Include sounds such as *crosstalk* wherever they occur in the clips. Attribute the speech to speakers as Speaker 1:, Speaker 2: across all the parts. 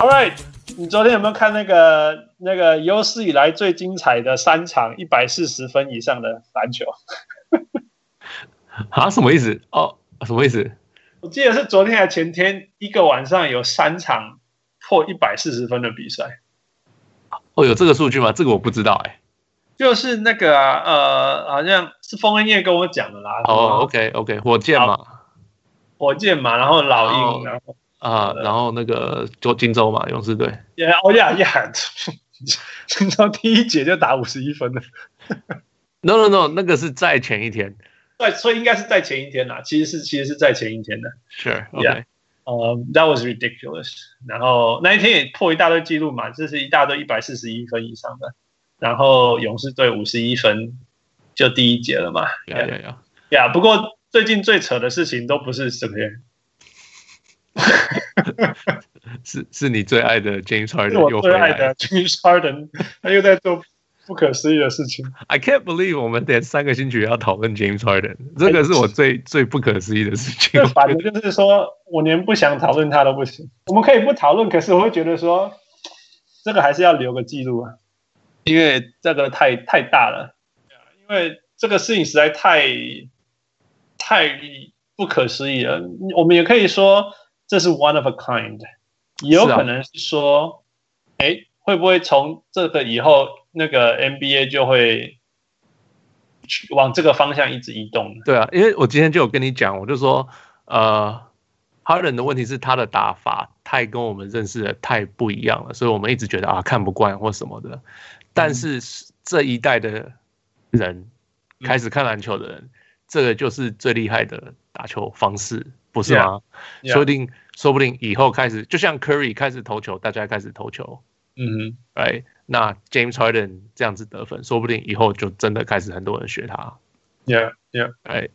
Speaker 1: All right，你昨天有没有看那个那个有史以来最精彩的三场一百四十分以上的篮球？
Speaker 2: 啊，什么意思？哦，什么意思？
Speaker 1: 我记得是昨天还前天一个晚上有三场破一百四十分的比赛，
Speaker 2: 哦，有这个数据吗？这个我不知道哎、
Speaker 1: 就是那个啊、呃，好像是封恩业跟我讲的啦。
Speaker 2: 哦，OK OK，火箭嘛，
Speaker 1: 火箭嘛，然后老鹰，
Speaker 2: 哦
Speaker 1: 然后
Speaker 2: 啊，然后那个就金州嘛，勇士队。
Speaker 1: 也哦呀呀， *laughs* 你知道第一节就打五十一分了。
Speaker 2: No No No，那个是在前一天。
Speaker 1: 对，所以应该是在前一天啦，其实是其实是在前一天的。
Speaker 2: Sure OK，、
Speaker 1: Yeah. 呃、t h a t was ridiculous。然后那一天也破一大堆记录嘛，这是一大堆一百四十一分以上的。然后勇士队五十一分就第一节了嘛。
Speaker 2: 呀呀呀！
Speaker 1: 呀，不过最近最扯的事情都不是这些，
Speaker 2: 是是你最爱的 James
Speaker 1: 是
Speaker 2: Harden 又
Speaker 1: 我
Speaker 2: 回
Speaker 1: 最爱
Speaker 2: 来
Speaker 1: 的 James Harden，他又在做不可思议的事情。
Speaker 2: I can't believe 我们连三个星期要讨论 James Harden，这个是我最最不可思议的事情
Speaker 1: *laughs* 最。烦的就是说，我连不想讨论他都不行。我们可以不讨论，可是我会觉得说，这个还是要留个记录啊，因为这个太太大了，
Speaker 2: 啊
Speaker 1: 因为这个事情实在太太不可思议了。我们也可以说这是 one of a kind，也有
Speaker 2: 是啊
Speaker 1: 可能是说，哎、会不会从这个以后，那个 NBA 就会去往这个方向一直移动呢？
Speaker 2: *laughs* 对啊，因为我今天就有跟你讲，我就说，呃，Harden 的问题是他的打法太跟我们认识的太不一样了，所以我们一直觉得啊看不惯或什么的。但是这一代的人
Speaker 1: 嗯
Speaker 2: 开始看篮球的人，这个就是最厉害的打球方式，不是吗？
Speaker 1: Yeah.
Speaker 2: 说不定，说不定以后开始，就像 Curry 开始投球，大家开始投球，
Speaker 1: 嗯哼。
Speaker 2: right？那 James Harden 这样子得分，说不定以后就真的开始很多人学他
Speaker 1: Yeah, yeah.
Speaker 2: ，right？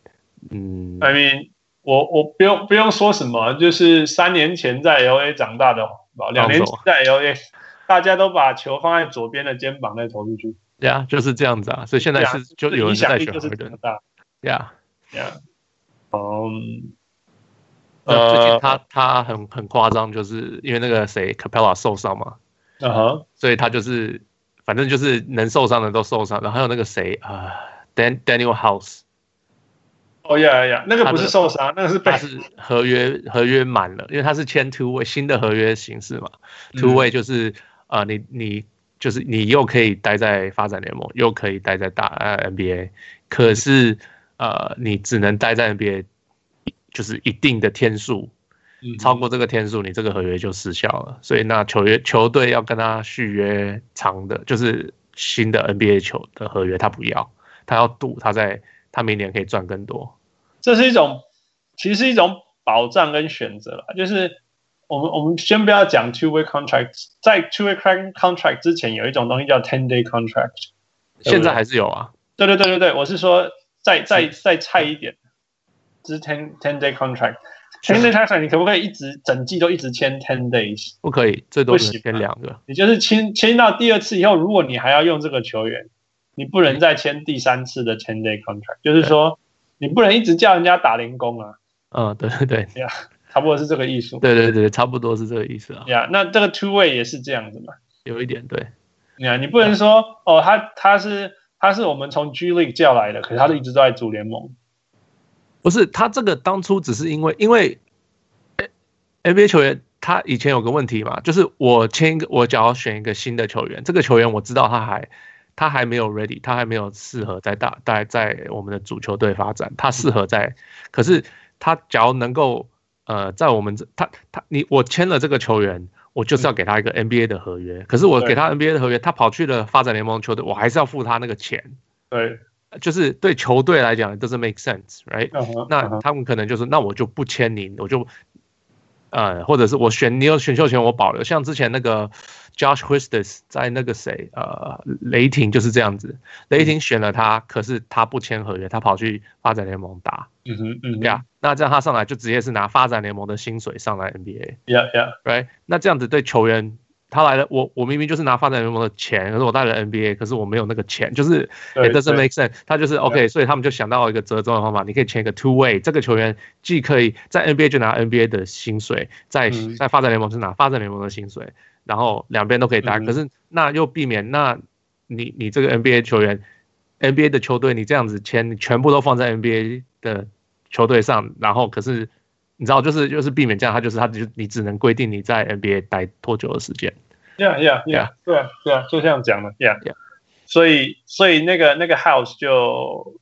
Speaker 2: 嗯，
Speaker 1: I mean，我我不用不用说什么，就是三年前在 LA 长大的，两年前在 LA，大家都把球放在左边的肩膀再投出去。
Speaker 2: 对啊，就是这样子啊，所以现在
Speaker 1: 对啊
Speaker 2: 是就有
Speaker 1: 影
Speaker 2: 人
Speaker 1: 响
Speaker 2: 在
Speaker 1: 力
Speaker 2: 学
Speaker 1: 就是这么
Speaker 2: Harden，
Speaker 1: 大。
Speaker 2: 对啊。
Speaker 1: Yeah，嗯，
Speaker 2: 那最近
Speaker 1: 呃，
Speaker 2: 他他很很夸张，就是因为那个谁 Capella 受伤嘛，
Speaker 1: 嗯哼，
Speaker 2: 所以他就是反正就是能受伤的都受伤，然后还有那个谁啊、Dan Daniel House，
Speaker 1: 哦呀呀，那个不是受伤，那个是被
Speaker 2: 他是合约合约满了，因为他是签 two way 新的合约形式嘛
Speaker 1: 嗯
Speaker 2: ，two way 就是啊、呃你你就是你又可以待在发展联盟，又可以待在大呃 NBA，可是呃你只能待在 NBA 就是一定的天数，
Speaker 1: 嗯
Speaker 2: 超过这个天数，你这个合约就失效了。所以那球约球队要跟他续约长的，就是新的 NBA 球的合约，他不要，他要赌他在他明年可以赚更多。
Speaker 1: 这是一种，其实是一种保障跟选择啦。就是我们我们先不要讲 two way contract，在 two way contract 之前有一种东西叫 ten day contract。对不对
Speaker 2: 现在还是有啊，
Speaker 1: 对对对对对，我是说再再
Speaker 2: 嗯
Speaker 1: 再菜一点，就是 ten ten day contract。ten day contract 你可不可以一直整季都一直签 ten days？
Speaker 2: 不可以，最多只能
Speaker 1: 不行
Speaker 2: 签
Speaker 1: 啊
Speaker 2: 两个。
Speaker 1: 你就是签签到第二次以后，如果你还要用这个球员，你不
Speaker 2: 嗯
Speaker 1: 能再签第三次的 ten day contract，就是说你不能一直叫人家打零工啊，
Speaker 2: 嗯，对对对
Speaker 1: 差不多是这个意思。
Speaker 2: 对对对，差不多是这个意思啊，
Speaker 1: 呀那这个 two way 也是这样子嘛。
Speaker 2: 有一点对。
Speaker 1: 你看，你不能说哦，他他是他是我们从 G League 叫来的，可是他都一直都在主联盟。
Speaker 2: 不是他这个当初只是因为因为呃 NBA 球员他以前有个问题嘛，就是我签一个我只要选一个新的球员，这个球员我知道他还他还没有 ready，他还没有适合在大在在我们的主球队发展，他适合在，可是他只要能够呃在我们这他他你我签了这个球员。我就是要给他一个 NBA 的合约，可是我
Speaker 1: 对
Speaker 2: 给他 NBA 的合约，他跑去了发展联盟球队，我还是要付他那个钱，
Speaker 1: 对，
Speaker 2: 就是对球队来讲，it doesn't make sense，right？
Speaker 1: 嗯哼，嗯
Speaker 2: 那
Speaker 1: 哼
Speaker 2: 他们可能就是，那我就不签你，我就，呃，或者是我选你有选秀权，我保留。像之前那个 Josh Christus 在那个谁，呃，雷霆就是这样子，
Speaker 1: 嗯
Speaker 2: 雷霆选了他，可是他不签合约，他跑去发展联盟打，
Speaker 1: 嗯哼，嗯哼
Speaker 2: 对啊，那这样他上来就直接是拿发展联盟的薪水上来 NBA，right？、
Speaker 1: ，Yeah Yeah，
Speaker 2: 那这样子对球员他来了，我我明明就是拿发展联盟的钱，可是我带了 NBA，可是我没有那个钱，就是
Speaker 1: *laughs* 对
Speaker 2: it doesn't
Speaker 1: 对
Speaker 2: make sense。他就是 OK，所以他们就想到一个折中的方法，你可以签一个 two way，这个球员既可以在 NBA 就拿 NBA 的薪水，在
Speaker 1: 嗯
Speaker 2: 在发展联盟是拿发展联盟的薪水，然后两边都可以打。
Speaker 1: 嗯
Speaker 2: 可是那又避免，那你你这个 NBA 球员，NBA 的球队你这样子签，你全部都放在 NBA 的球队上，然后可是你知道，就是就是避免这样，他就是他就你只能规定你在 NBA 待多久的时间。
Speaker 1: Yeah, yeah, yeah.
Speaker 2: Yeah.
Speaker 1: 对啊，对啊，就这样讲的，Yeah.
Speaker 2: Yeah.
Speaker 1: 所以，所以那个那个 House 就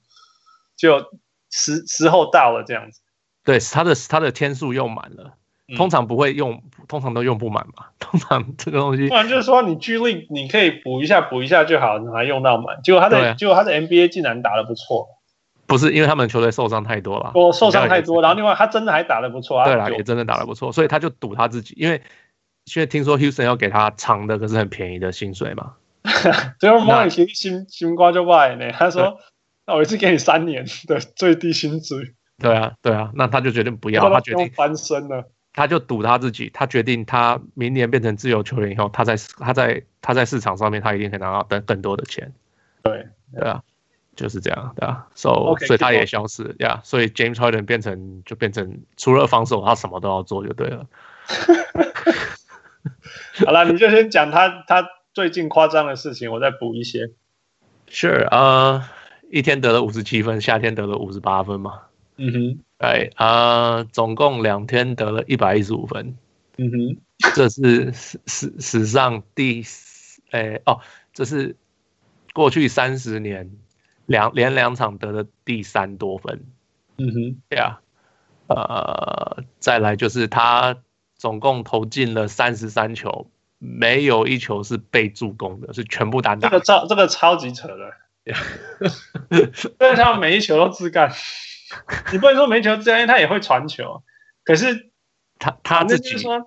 Speaker 1: 就时时候到了这样子。
Speaker 2: 对，他的他的天数用满了
Speaker 1: 嗯。
Speaker 2: 通常不会用，通常都用不满嘛。 *laughs* 通常这个东西
Speaker 1: 不然就是说，你 G League 你可以补一下补一下就好，哪用到满。结果他
Speaker 2: 对
Speaker 1: 在、
Speaker 2: 啊
Speaker 1: 结果他在 NBA 竟然打得不错，
Speaker 2: 不是因为他们球队受伤太多了，
Speaker 1: 我哦受伤太多，然后
Speaker 2: 后
Speaker 1: 另外他真的还打得不错啊。
Speaker 2: 啊对啦，
Speaker 1: 就
Speaker 2: 也真的打得不错，所以他就赌他自己，因为因为听说 Houston 要给他长的，可是很便宜的薪水嘛。
Speaker 1: Daryl Morey 其实心心瓜就坏呢，他说。那我一次给你三年的最低薪资，
Speaker 2: 对啊，对啊，那他就决定不
Speaker 1: 他
Speaker 2: 要，
Speaker 1: 都
Speaker 2: 他
Speaker 1: 不
Speaker 2: 决
Speaker 1: 用
Speaker 2: 定
Speaker 1: 翻身了。
Speaker 2: 他就赌他自己，他决定他明年变成自由球员以后，他在他在他在市场上面，他一定可以拿到更更多的钱。
Speaker 1: 对，
Speaker 2: 对啊，就是这样，对啊。So
Speaker 1: OK，
Speaker 2: 所以他
Speaker 1: keep on
Speaker 2: 也消失了呀，yeah, 所以 James Harden 变成就变成除了防守，他什么都要做就对了。
Speaker 1: 好了，你就先讲他他最近夸张的事情，我再补一些。
Speaker 2: Sure，呃，一天得了五十七分，夏天得了五十八分嘛。
Speaker 1: 嗯哼，
Speaker 2: 对，呃，总共两天得了一百一十五分，
Speaker 1: 嗯哼。
Speaker 2: 这是史史史上第四，诶、哦，这是过去三十年两连两场得的第三多分，
Speaker 1: 嗯哼，
Speaker 2: 对啊，呃，再来就是他总共投进了三十三球，没有一球是被助攻的，是全部单
Speaker 1: 这
Speaker 2: 打
Speaker 1: 个。超这个超级扯的，但是他每一球都自干，你不能说每一球自干，因为他也会传球，可是
Speaker 2: 他他
Speaker 1: 反
Speaker 2: 自
Speaker 1: 正就是
Speaker 2: 己
Speaker 1: 说，
Speaker 2: 打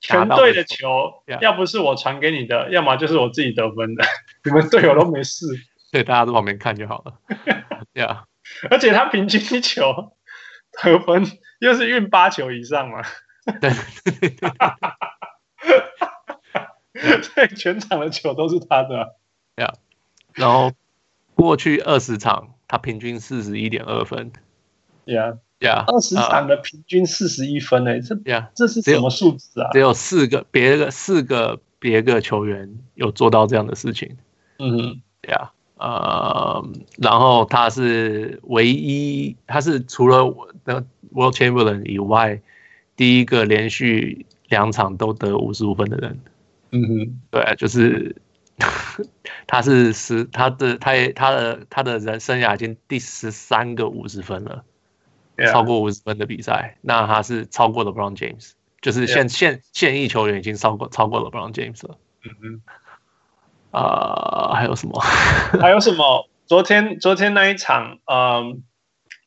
Speaker 1: 全
Speaker 2: 到
Speaker 1: 队的
Speaker 2: 为止
Speaker 1: 球
Speaker 2: Yeah
Speaker 1: 要不是我传给你的，要么就是我自己得分的，你们队友都没事，
Speaker 2: 对大家在旁边看就好了。对
Speaker 1: *laughs*
Speaker 2: 啊，
Speaker 1: 而且他平均一球得分又是运八球以上嘛，
Speaker 2: 对，
Speaker 1: 所以全场的球都是他的啊，
Speaker 2: 然后过去二十场他平均四十一点二分，
Speaker 1: yeah，
Speaker 2: 对啊，
Speaker 1: 二十场的平均四十一分诶、这
Speaker 2: 对啊，
Speaker 1: 这是
Speaker 2: 只有
Speaker 1: 什么数字啊
Speaker 2: 只？有四个别个四个别个球员有做到这样的事情，
Speaker 1: 嗯哼，
Speaker 2: 对啊，呃，然后他是唯一，他是除了我那 World Chamberlain 以外，第一个连续两场都得五十五分的人，
Speaker 1: 嗯哼。
Speaker 2: 对啊、就是 *laughs* 他是十，他的他也他的他的人生涯已经第十三个五十分了。
Speaker 1: Yeah.
Speaker 2: 超过五十分的比赛，那他是超过 LeBron James，就是现现现役球员已经超过超过 LeBron James 了。
Speaker 1: 嗯
Speaker 2: 啊、还有什么？ *laughs*
Speaker 1: 哼，还有什么？昨天昨天那一场，嗯，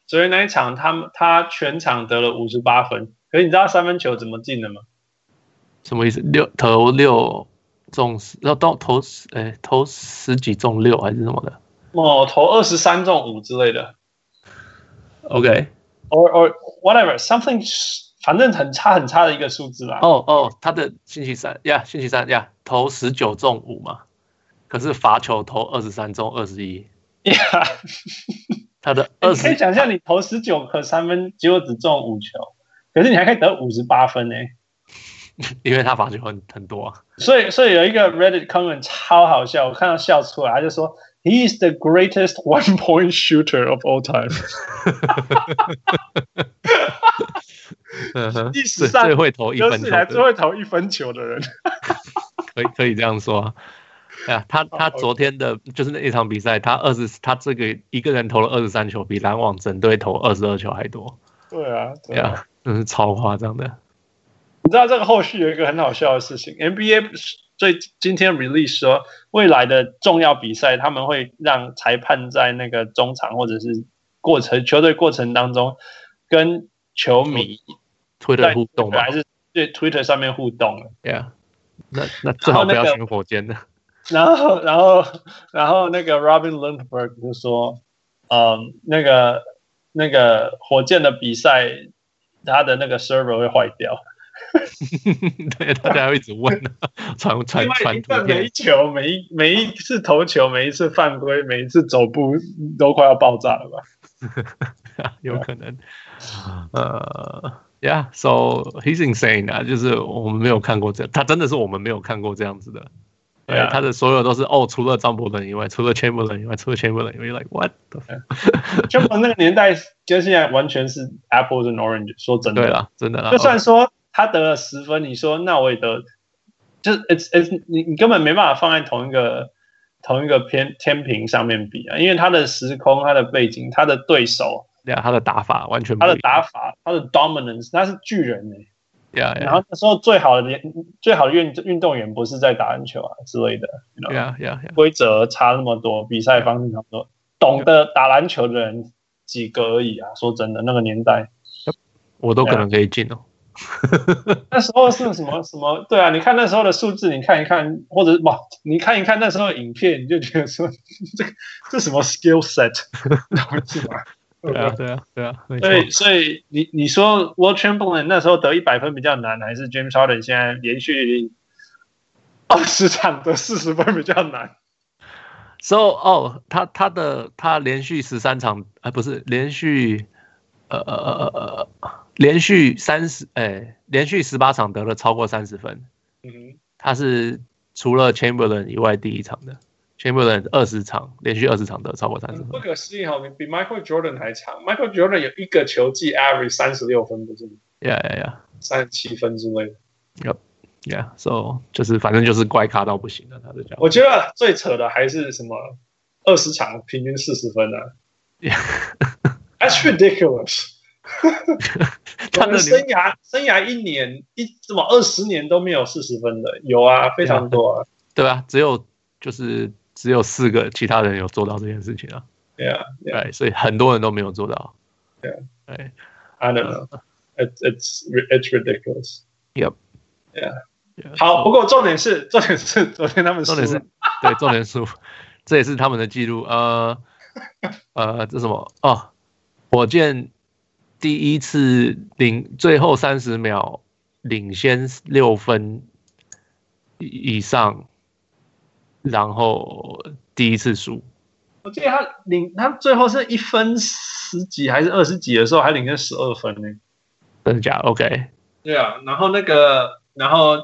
Speaker 1: 昨天那一场，他们他全场得了五十八分，可是你知道他三分球怎么进的吗？
Speaker 2: 什么意思？六投六中十，要到投十，哎、投十几中六还是什么的
Speaker 1: 哦，投二十三中五之类的
Speaker 2: ？OK，
Speaker 1: ，or or whatever something，反正很差很差的一个数字啦。 *laughs*
Speaker 2: 哦哦，他的星期三呀星期三呀投十九中五嘛，可是罚球投二十三中二十一，
Speaker 1: Yeah，
Speaker 2: 他的
Speaker 1: 你
Speaker 2: 二
Speaker 1: 可以
Speaker 2: 十
Speaker 1: 想象你投十九颗三分，结果只中五球，可是你还可以得五十八分呢、欸
Speaker 2: 因为他罚球很很多、啊。
Speaker 1: *laughs* 所以，所以有一个 Reddit comment 超好笑，我看到笑出来，他就说 He is the greatest one point shooter of all time，
Speaker 2: 嗯哼
Speaker 1: 历史
Speaker 2: 最
Speaker 1: 上
Speaker 2: 最会投一
Speaker 1: 就
Speaker 2: 分
Speaker 1: 是
Speaker 2: 球
Speaker 1: 来
Speaker 2: 的，
Speaker 1: 最会投一分球的人。
Speaker 2: 可以可以这样说啊。哎呀，
Speaker 1: 哦
Speaker 2: 他他昨天的就是那一场比赛，他二十他这个一个人投了二十三球，比篮网整队投二十二球还多，
Speaker 1: 对啊，
Speaker 2: 对
Speaker 1: 对啊。
Speaker 2: 啊，真是超夸张的。
Speaker 1: 你知道这个后续有一个很好笑的事情，NBA 最今天 release 说，未来的重要比赛他们会让裁判在那个中场或者是过程球队过程当中跟球迷在
Speaker 2: Twitter 互动嘛
Speaker 1: 还是对 Twitter 上面互动。
Speaker 2: 对啊，那那最好不要
Speaker 1: 那个
Speaker 2: 选火箭的。 *laughs*
Speaker 1: *laughs* 然后，然后，然后那个 Robin Lundberg 就说，嗯，那个那个火箭的比赛，他的那个 server 会坏掉。
Speaker 2: 对，大家会一直问啊，传
Speaker 1: *laughs*
Speaker 2: 传
Speaker 1: 因为
Speaker 2: 传
Speaker 1: 一
Speaker 2: 图
Speaker 1: 旦每一
Speaker 2: 片，
Speaker 1: 球、每一每一次投球、每一次犯规、每一次走步都快要爆炸了吧？ *laughs*
Speaker 2: *laughs* 有可能。
Speaker 1: 啊
Speaker 2: 呃，Yeah，so he's insane 啊，就是我们没有看过这，他真的是我们没有看过这样子的。对
Speaker 1: Yeah
Speaker 2: 他的所有都是哦，除了张伯伦以外，除了 Chamberlain 以外，除了 Chamberlain 以外，like what？the fuck？
Speaker 1: 全部那个年代跟现在完全是 apples and oranges。说真的，
Speaker 2: 对啊了，真的啦，哦
Speaker 1: 就算说他得了十分，你说那我也得，就是 it's it's 你你根本没办法放在同一个同一个天天平上面比啊，因为他的时空、他的背景、他的对手、
Speaker 2: 对啊，他的打法完全不
Speaker 1: 他
Speaker 2: 一
Speaker 1: 的
Speaker 2: 样。
Speaker 1: 打法、他的 dominance，他是巨人呢、欸
Speaker 2: Yeah,
Speaker 1: 然后那时候最好的联最好的运运动员不是在打篮球啊之类的 you know
Speaker 2: yeah, yeah, yeah, yeah.
Speaker 1: 规则差那么多，比赛方式差不多，懂得打篮球的人几个而已啊。说真的，那个年代。
Speaker 2: 我都可能可以进哦。
Speaker 1: 那时候是什么什么？对啊，你看那时候的数字，你看一看，或者哇，你看一看那时候的影片，你就觉得说 *laughs* 这个这什么 skill set，懂是吧？
Speaker 2: 对啊，对啊，对啊，没错
Speaker 1: 所。以所以你你说 w a l t Chamberlain 那时候得一百分比较难，还是 James Harden 现在连续二十场得四十分比较难？
Speaker 2: So 哦，他他的他连续十三场，啊，不是连续，呃呃呃呃呃，连续三十，哎，连续十八场得了超过三十分，
Speaker 1: 嗯
Speaker 2: 他是除了 Chamberlain 以外第一场的。Chamberlain 二十场连续二十场得超过三十
Speaker 1: 哼，不
Speaker 2: 分，
Speaker 1: 可思议哦，你比 Michael Jordan 还长。Michael Jordan 有一个球季 average 三十六分，不是
Speaker 2: 呀呀呀
Speaker 1: 三十七分之类的。
Speaker 2: 呀，So 就是反正就是怪咖到不行了，他就讲。
Speaker 1: 我觉得最扯的还是什么二十场平均四十分
Speaker 2: *laughs*
Speaker 1: 啊，That's ridiculous。
Speaker 2: 他
Speaker 1: 我的
Speaker 2: 的流
Speaker 1: 生涯生涯一年一怎么二十年都没有四十分的，有啊，非常多啊，
Speaker 2: 对吧、只有就是只有四个其他人有做到这件事情啊，
Speaker 1: 对啊，
Speaker 2: 对、
Speaker 1: 对
Speaker 2: right,，所以很多人都没有做到。
Speaker 1: 对
Speaker 2: 对，
Speaker 1: ，I don't know。
Speaker 2: *laughs*
Speaker 1: It's it's it's ridiculous.
Speaker 2: Yep.
Speaker 1: Yeah. 好，不
Speaker 2: 好，
Speaker 1: 过重点是，重点是昨天他们输
Speaker 2: 重
Speaker 1: 了
Speaker 2: 点是，对，重点输， *laughs* 这也是他们的记录。呃，呃，这什么？哦，火箭第一次领最后三十秒领先六分以上，然后第一次输。
Speaker 1: 我记得他领他最后是一分十几还是二十几的时候，还领先十二分呢、
Speaker 2: 真的假的？OK，
Speaker 1: 对啊，然后那个，然后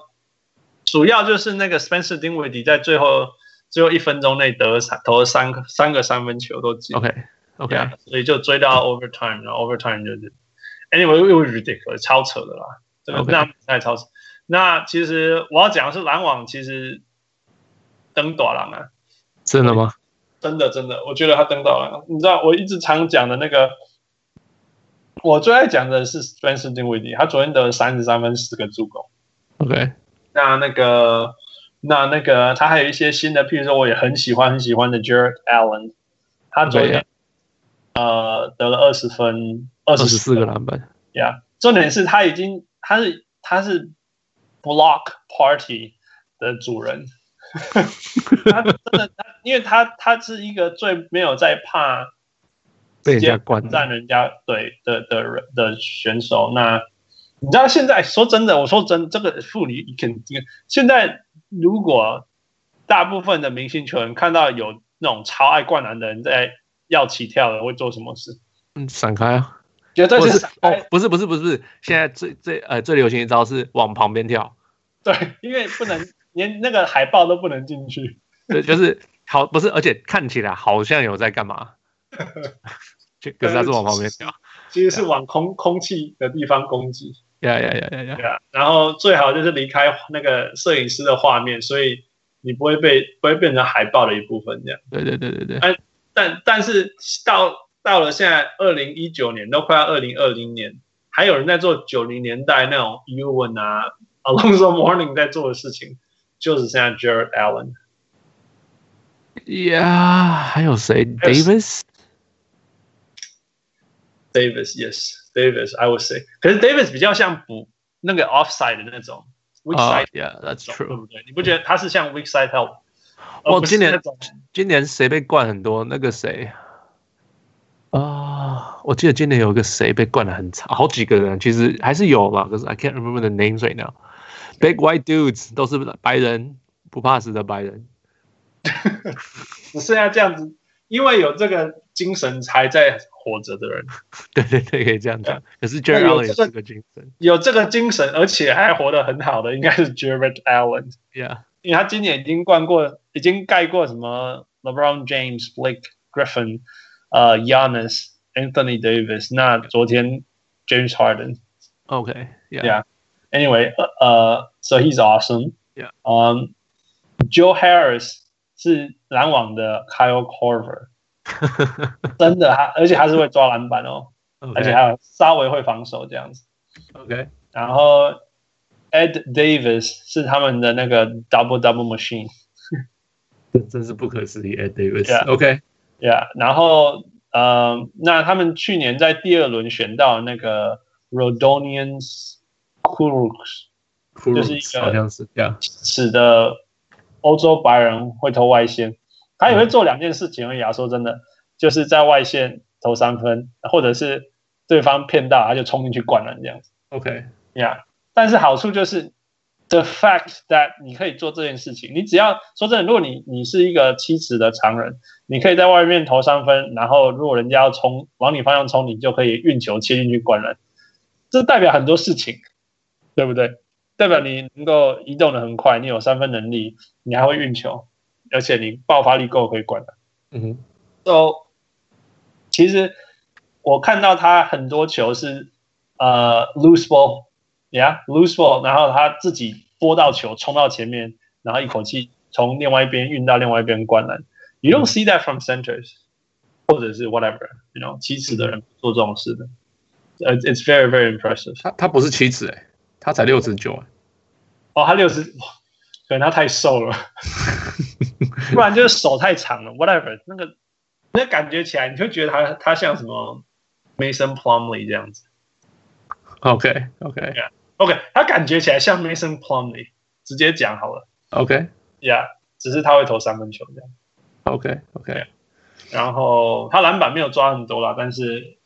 Speaker 1: 主要就是那个 Spencer Dinwiddie 在最后最后一分钟内得了三投了三个三个三分球都进
Speaker 2: OK OK，
Speaker 1: 对啊所以就追到 overtime，然后 overtime 就是 anyway 又又 ridiculous 超扯的啦，这个
Speaker 2: OK
Speaker 1: 那太超扯。那其实我要讲的是篮网其实登短了啊，
Speaker 2: 真的吗？
Speaker 1: 真的真的，我觉得他登到了。你知道我一直常讲的那个，我最爱讲的是 Spencer Dinwiddie，他昨天得三十三分十个助攻。
Speaker 2: OK，
Speaker 1: 那那个，那那个，他还有一些新的，譬如说我也很喜欢很喜欢的 Jared Allen，他昨天呃得了二十分，二
Speaker 2: 二
Speaker 1: 十
Speaker 2: 十四个篮板。
Speaker 1: 呀。Yeah，重点是他已经他是他是 Block Party 的主人， *laughs* 他真的他，因为他他是一个最没有在怕
Speaker 2: 被人家灌
Speaker 1: 占人家对的的人的选手。那你知道现在说真的，我说真这个妇女肯定现在如果大部分的明星球员看到有那种超爱灌篮的人在要起跳了，会做什么事？
Speaker 2: 嗯，闪开啊！
Speaker 1: 绝对
Speaker 2: 不
Speaker 1: 是哎
Speaker 2: 是
Speaker 1: 闪开
Speaker 2: 哦，不是不是不是不是，现在最最呃最流行一招是往旁边跳，
Speaker 1: *laughs* 对，因为不能连那个海报都不能进去。
Speaker 2: 对，就是好不是，而且看起来好像有在
Speaker 1: *laughs*
Speaker 2: 干嘛，就可是他是往旁边跳，
Speaker 1: 其实是往空空气的地方攻击。
Speaker 2: 呀呀呀呀呀
Speaker 1: 对啊，然后最好就是离开那个摄影师的画面，所以你不会被不会变成海报的一部分这样。
Speaker 2: 对对对对对
Speaker 1: 哎但但是到到了现在二零一九年，都快要二零二零年，还有人在做九零年代那种 Ewan 啊、Alonso Morning 在做的事情，就是现在 Jared Allen。
Speaker 2: 呀，还有谁
Speaker 1: 还有谁
Speaker 2: ？Davis
Speaker 1: Davis, yes, Davis, I would say。可是 Davis 比较像补那个 offside 的那种 weak
Speaker 2: 啊
Speaker 1: side，、
Speaker 2: ，Yeah，that's
Speaker 1: 对
Speaker 2: true。
Speaker 1: 不对？你不觉得他是像 weak side help？
Speaker 2: 哇
Speaker 1: 而不是
Speaker 2: 今年
Speaker 1: 那种
Speaker 2: 今年谁被灌很多？那个谁啊？我记得今年有一个谁被灌的很惨，好几个人其实还是有啦，可是 I can't remember the names right now。 Big white dudes 都是白人，不怕死的白人。
Speaker 1: 只剩下这样子，因为有这个精神还在活着的人，
Speaker 2: 对对对，可以这样讲。可是
Speaker 1: 那
Speaker 2: Jerry
Speaker 1: 有
Speaker 2: Allen 也
Speaker 1: 这个
Speaker 2: 是个精神
Speaker 1: 有这个精神，而且还活得很好的，应该是 Jared Allen，
Speaker 2: ，Yeah，
Speaker 1: 因为他今年已经冠过，已经盖过什么 LeBron James、Blake Griffin、呃 Giannis、Anthony Davis，那昨天 James Harden。Yeah.
Speaker 2: OK，Yeah，
Speaker 1: Anyway，呃呃，so he's awesome。
Speaker 2: Yeah.
Speaker 1: Um, Joe Harris 是篮网的 Kyle Korver，真
Speaker 2: *laughs*
Speaker 1: 的，他而且他是会抓篮板哦。而且
Speaker 2: OK
Speaker 1: 还有稍微会防守这样子。
Speaker 2: OK，
Speaker 1: 然后 Ed Davis 是他们的那个 double double machine，
Speaker 2: 真真是不可思议，Ed 哎
Speaker 1: Yeah
Speaker 2: Davis，OK，
Speaker 1: yeah,，然后呃，那他们去年在第二轮选到那个 Rodonian Kuruks，就是一个
Speaker 2: 好像是 Yeah，
Speaker 1: 使得欧洲白人会投外线，他也会做两件事情而已啊。说真的，就是在外线投三分，或者是对方骗到他就冲进去灌篮这样子。
Speaker 2: OK，
Speaker 1: Yeah，但是好处就是 the fact that 你可以做这件事情，你只要说真的，如果你你是一个七尺的常人，你可以在外面投三分，然后如果人家要冲往你方向冲，你就可以运球切进去灌篮，这代表很多事情，对不对？代表你能够移动的很快，你有三分能力，你还会运球，而且你爆发力够可以灌篮。
Speaker 2: 嗯哼
Speaker 1: So，其实我看到他很多球是呃 loose ball，yeah loose ball，然后他自己拨到球冲到前面，然后一口气从另外一边运到另外一边灌篮。You don't see that from centers，或者是 whatever，you know，其实的人不做这种事的。呃，it's very very impressive。
Speaker 2: 他他不是七尺哎，他才六尺九哎。
Speaker 1: 哦，他六十，哇可能他太瘦了，不然就是手太长了，whatever。那个那感觉起来，你就觉得他他像什么 Mason Plumley 这样子。
Speaker 2: OK OK
Speaker 1: OK，他感觉起来像 Mason Plumley，直接讲好了
Speaker 2: OK
Speaker 1: ，Yeah，只是他会投三分球这样。
Speaker 2: OK OK，
Speaker 1: 然后他篮板没有抓很多啦，但是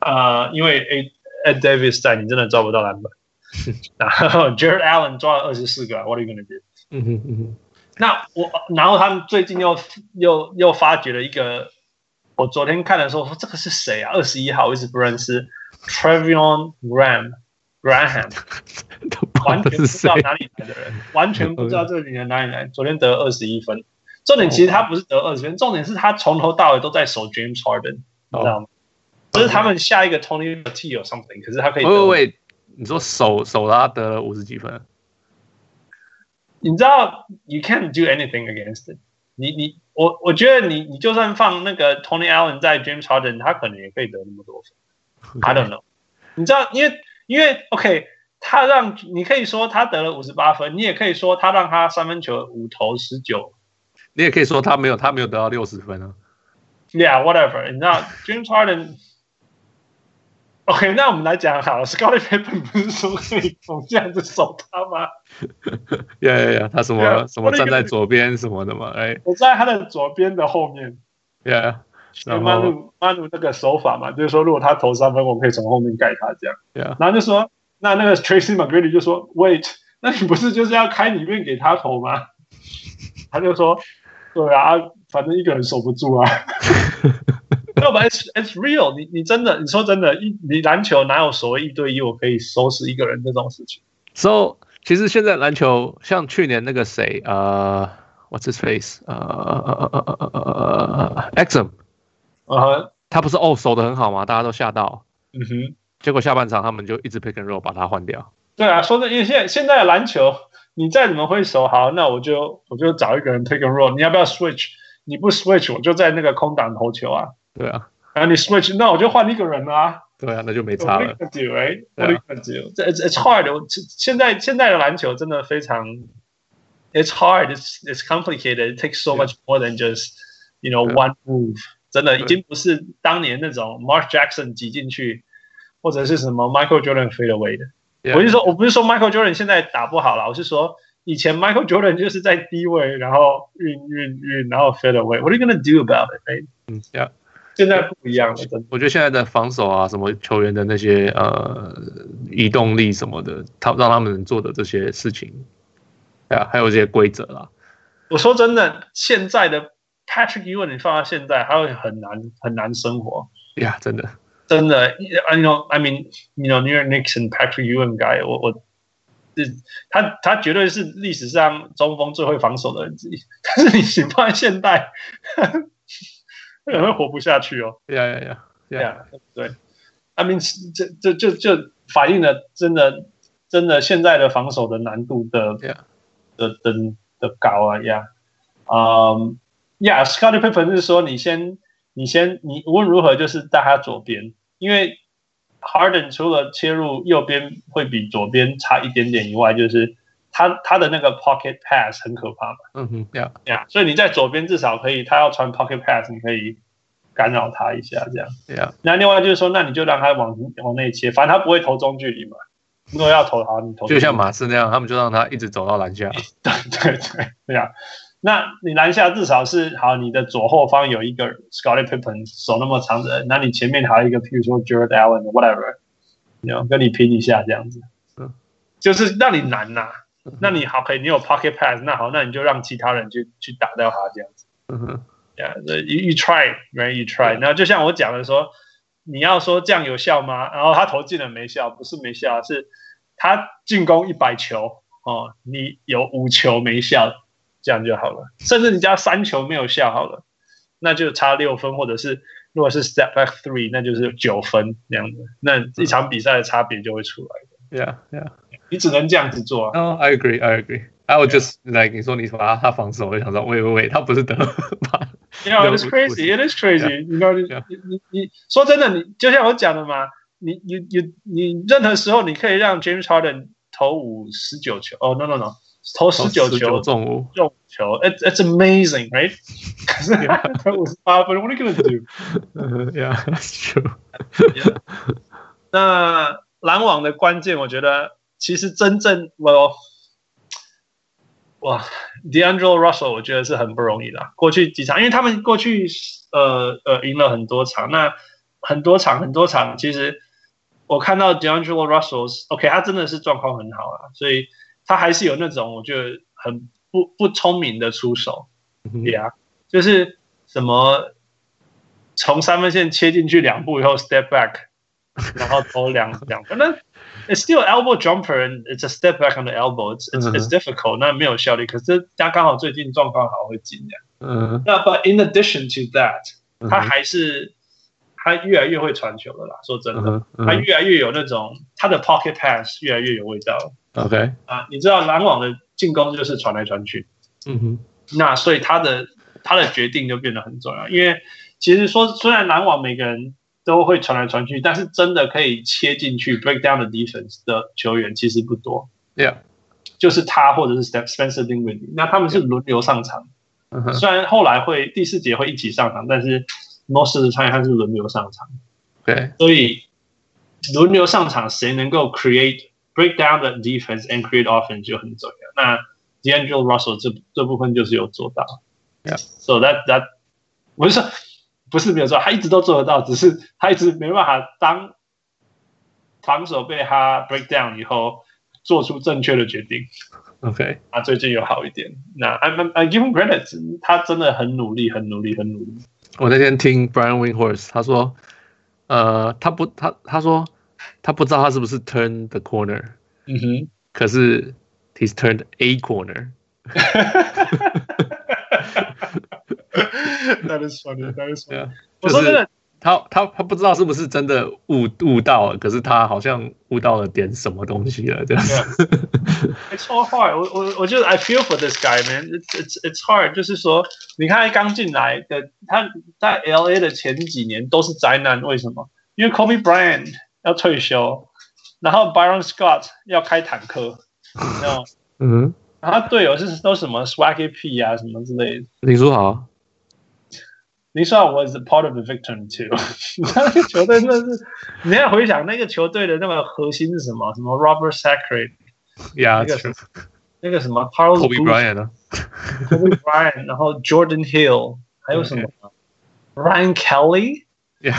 Speaker 1: 呃，因为 Ed Ed Davis 在，你真的抓不到篮板。然后 Jared Allen 抓了二十四个，What 啊 are you gonna do？
Speaker 2: 嗯哼嗯哼，
Speaker 1: 那我，然后他们最近又又又发掘了一个，我昨天看的时候说这个是谁啊？二十一号我一直不认识，Trevion Graham
Speaker 2: *laughs*
Speaker 1: Graham，
Speaker 2: 都不
Speaker 1: 完全
Speaker 2: 知道
Speaker 1: 不
Speaker 2: 是
Speaker 1: 知
Speaker 2: 谁
Speaker 1: 道。哪里来的人，完全不知道这个人哪里来。昨天得二十一分，重点
Speaker 2: 哦
Speaker 1: 其实他不是得二十分，重点是他从头到尾都在守 James Harden，你知道
Speaker 2: 哦，
Speaker 1: 吗？这是他们下一个 Tony T or something，可是他可以
Speaker 2: 喂
Speaker 1: 得
Speaker 2: 喂喂，你说手手拉得了五十几分？啊
Speaker 1: 你知道，you can't do anything against it 你。你我我觉得你你就算放那个 Tony Allen 在 James Harden，他可能也可以得那么多分。I don't know。你知道，因为因为 OK，他让你可以说他得了五十八分，你也可以说他让他三分球五投十九
Speaker 2: 你也可以说他没有，他没有得到六十分啊。
Speaker 1: ，Yeah，whatever。你知道 James Harden。OK，那我们来讲好了，Scottie Pippen 不是说可以从这样子守他吗？
Speaker 2: 呀呀呀，他什
Speaker 1: 对啊
Speaker 2: 么什么站在左边什么的嘛，哎
Speaker 1: 我在他的左边的后面，
Speaker 2: 呀
Speaker 1: 然
Speaker 2: 然
Speaker 1: 后
Speaker 2: 后
Speaker 1: 马努那个手法嘛，就是说如果他投三分，我可以从后面盖他这样。
Speaker 2: 呀，
Speaker 1: 然后就说，那那个 Tracy McGrady 就说，Wait，那你不是就是要开里面给他投吗？他就说，对啊，反正一个人守不住啊。 *laughs* 那我 it's it's real，你你真的你说真的，一你篮球哪有所谓一对一我可以收拾一个人这种事情？
Speaker 2: so 其实现在篮球像去年那个谁呃，what's his face 呃呃呃呃呃呃呃 Exum，
Speaker 1: 啊、
Speaker 2: 他不是哦守的很好吗？大家都吓到，
Speaker 1: 嗯哼，
Speaker 2: 结果下半场他们就一直 pick and roll 把他换掉。
Speaker 1: 对啊，说真的，因为现在现在的篮球，你再怎么会守好，那我就我就找一个人 take and roll，你要不要 switch？你不 switch，我就在那个空档投球啊。
Speaker 2: 对啊，
Speaker 1: 然后你 switch，那我就换一个人啊。
Speaker 2: 对啊，那就没
Speaker 1: What
Speaker 2: 差
Speaker 1: are you
Speaker 2: 了。
Speaker 1: gonna do, right?
Speaker 2: 对啊
Speaker 1: What are you gonna do? It's it's hard. 我现在现在的篮球真的非常，it's hard. It's it's complicated. It takes so much more than just you know
Speaker 2: 对
Speaker 1: one move. 真的
Speaker 2: 对
Speaker 1: 已经不是当年那种 Mark Jackson 挤进去，或者是什么 Michael Jordan fade away 的。
Speaker 2: Yeah
Speaker 1: 我是说，我不是说 Michael Jordan 现在打不好了，我是说以前 Michael Jordan 就是在低位，然后运运运，然后 fade away。What are you gonna do about it? right?
Speaker 2: 嗯，Yeah，
Speaker 1: 现在不一样了，真的。
Speaker 2: 我觉得现在的防守啊，什么球员的那些呃移动力什么的，他让他们做的这些事情，对啊，还有这些规则啦。
Speaker 1: 我说真的，现在的 Patrick Ewing 你放到现在，他会很难很难生活。
Speaker 2: 呀、真的，
Speaker 1: 真的，I know, I mean, you know, New York Knicks and Patrick Ewing guy，我我，这他他绝对是历史上中锋最会防守的人之一。但是你请放在现代， *laughs* 可能会活不下去哦。
Speaker 2: 呀呀呀，
Speaker 1: 对啊，对，I mean，这这这就反映了真的真的现在的防守的难度的
Speaker 2: Yeah.
Speaker 1: 的的的高啊呀，啊呀，Scotty Pippen 是说你先你先你无论如何就是在他左边，因为 Harden 除了切入右边会比左边差一点点以外，就是他他的那个 pocket pass 很可怕嘛，
Speaker 2: 嗯哼，呀、
Speaker 1: 呀，所以你在左边至少可以，他要传 pocket pass，你可以干扰他一下这样。
Speaker 2: 呀、
Speaker 1: 那另外就是说，那你就让他往往内切，反正他不会投中距离嘛。如果要投，好，你投中距离
Speaker 2: 就像马刺那样，他们就让他一直走到篮下。
Speaker 1: *laughs* 对对对，对啊。那你篮下至少是好，你的左后方有一个 Scottie Pippen 手那么长的人，那你前面还有一个，譬如说 Jared Allen whatever，你要跟你拼一下这样子
Speaker 2: 嗯，
Speaker 1: 就是让你难呐、
Speaker 2: 嗯
Speaker 1: 那你好，可以你有 pocket pass，那好，那你就让其他人去去打掉他这样子。
Speaker 2: 嗯哼，
Speaker 1: Yeah, you you try, right? You try. 然后就像我讲的说，你要说这样有效吗？然后他投进了没效，不是没效，是他进攻一百球哦，你有五球没效，这样就好了。甚至你加三球没有效好了，那就差六分，或者是如果是 step back three，那就是九分这样子。那一场比赛的差别就会出来，
Speaker 2: 呀呀
Speaker 1: 你只能这样子做、啊。
Speaker 2: ，No, I agree, I agree. I was just like 你说你把他他防守，我就想说，喂喂喂，他不是得 *laughs* 把
Speaker 1: You know, it's
Speaker 2: No,
Speaker 1: crazy. It is crazy. You know,
Speaker 2: Yeah.
Speaker 1: 你你你说真的，你就像我讲的嘛，你你你你任何时候你可以让 James Harden 投五十九球。哦、no no no，投十九球
Speaker 2: 中五。
Speaker 1: 中球。It's it's amazing, *laughs* right？可是他 *laughs* 投五十八分，What are you gonna do？
Speaker 2: 嗯，Yeah, that's true.
Speaker 1: 那篮网的关键，我觉得其实真正我哇，D'Angelo Russell 我觉得是很不容易的啊。过去几场，因为他们过去呃呃赢了很多场，那很多场很多场，其实我看到 D'Angelo Russell，OK，、他真的是状况很好啊，所以他还是有那种我觉得很不不聪明的出手。
Speaker 2: *laughs*
Speaker 1: 对啊，就是什么从三分线切进去两步以后 step back，然后投
Speaker 2: *laughs*
Speaker 1: 两两分，那 it's still elbow jumper and it's a step back on the elbow, it's
Speaker 2: 嗯
Speaker 1: it's, it's difficult，那没有效率。可是他刚好最近状况好会进的。
Speaker 2: 嗯，
Speaker 1: 那 but in addition to that，
Speaker 2: 嗯
Speaker 1: 他还是他越来越会传球了啦。说真的，
Speaker 2: 嗯
Speaker 1: 他
Speaker 2: 嗯
Speaker 1: 越来越有那种他的 pocket pass 越来越有味道了
Speaker 2: ，OK，
Speaker 1: 啊。你知道篮网的进攻就是传来传去。
Speaker 2: 嗯
Speaker 1: Mm-hmm.
Speaker 2: 哼，
Speaker 1: 那所以他的他的决定就变得很重要，因为其实说虽然篮网每个人都会传来传去，但是真的可以切进去 break down 的 defense 的球员其实不多，
Speaker 2: ，Yeah，
Speaker 1: 就是他或者是 Steph- Spencer Dinwiddie，那他们是轮流上场，
Speaker 2: 嗯哼，
Speaker 1: 虽然后来会第四节会一起上场，但是 most of the time 他是轮流上场，
Speaker 2: 对，
Speaker 1: 所以轮流上场谁能够 create break down 的 defense and create offense 就很重要。那 D'Angelo Russell 这这部分就是有做到。
Speaker 2: Yeah.
Speaker 1: So that that 我是说不是没有做，他一直都做得到，只是他一直没办法当防守被他 break down 以后做出正确的决定。
Speaker 2: ，OK，
Speaker 1: 他最近有好一点，那 I I I give him credit，他真的很努力，很努力，很努力。
Speaker 2: 我那天听 Brian Windhorst，他说，呃，他不，他他说他不知道他是不是 turn the corner，
Speaker 1: 嗯哼。
Speaker 2: 可是 he's turned a corner。
Speaker 1: *laughs* that is funny. That is funny.
Speaker 2: 对啊，
Speaker 1: 我说真的，
Speaker 2: 他他他不知道是不是真的悟悟到了，可是他好像悟到了点什么东西了，这样子。
Speaker 1: It's all hard 我。我我就是 I feel for this guy, man. It's it's it's hard. 就是说，你看他刚进来的，他在 L A 的前几年都是宅男，为什么？因为 Kobe Bryant 要退休，然后 Byron Scott 要开坦克，你知道吗？
Speaker 2: 嗯，
Speaker 1: 然后他队友是都什么 Swaggy P 啊什么之类的。
Speaker 2: 林书豪，
Speaker 1: 林书豪 was a part of the victim too 。 *laughs* 那个球队真的是，你要回想那个球队的那个核心是什么？什么 Robert Sacre，
Speaker 2: 呀
Speaker 1: 那个什么那个什么 Carlos
Speaker 2: ，Kobe
Speaker 1: Boozer
Speaker 2: Bryant 啊，
Speaker 1: Kobe Bryant，然后 Jordan Hill，还有什么 Ryan Kelly？
Speaker 2: 呀，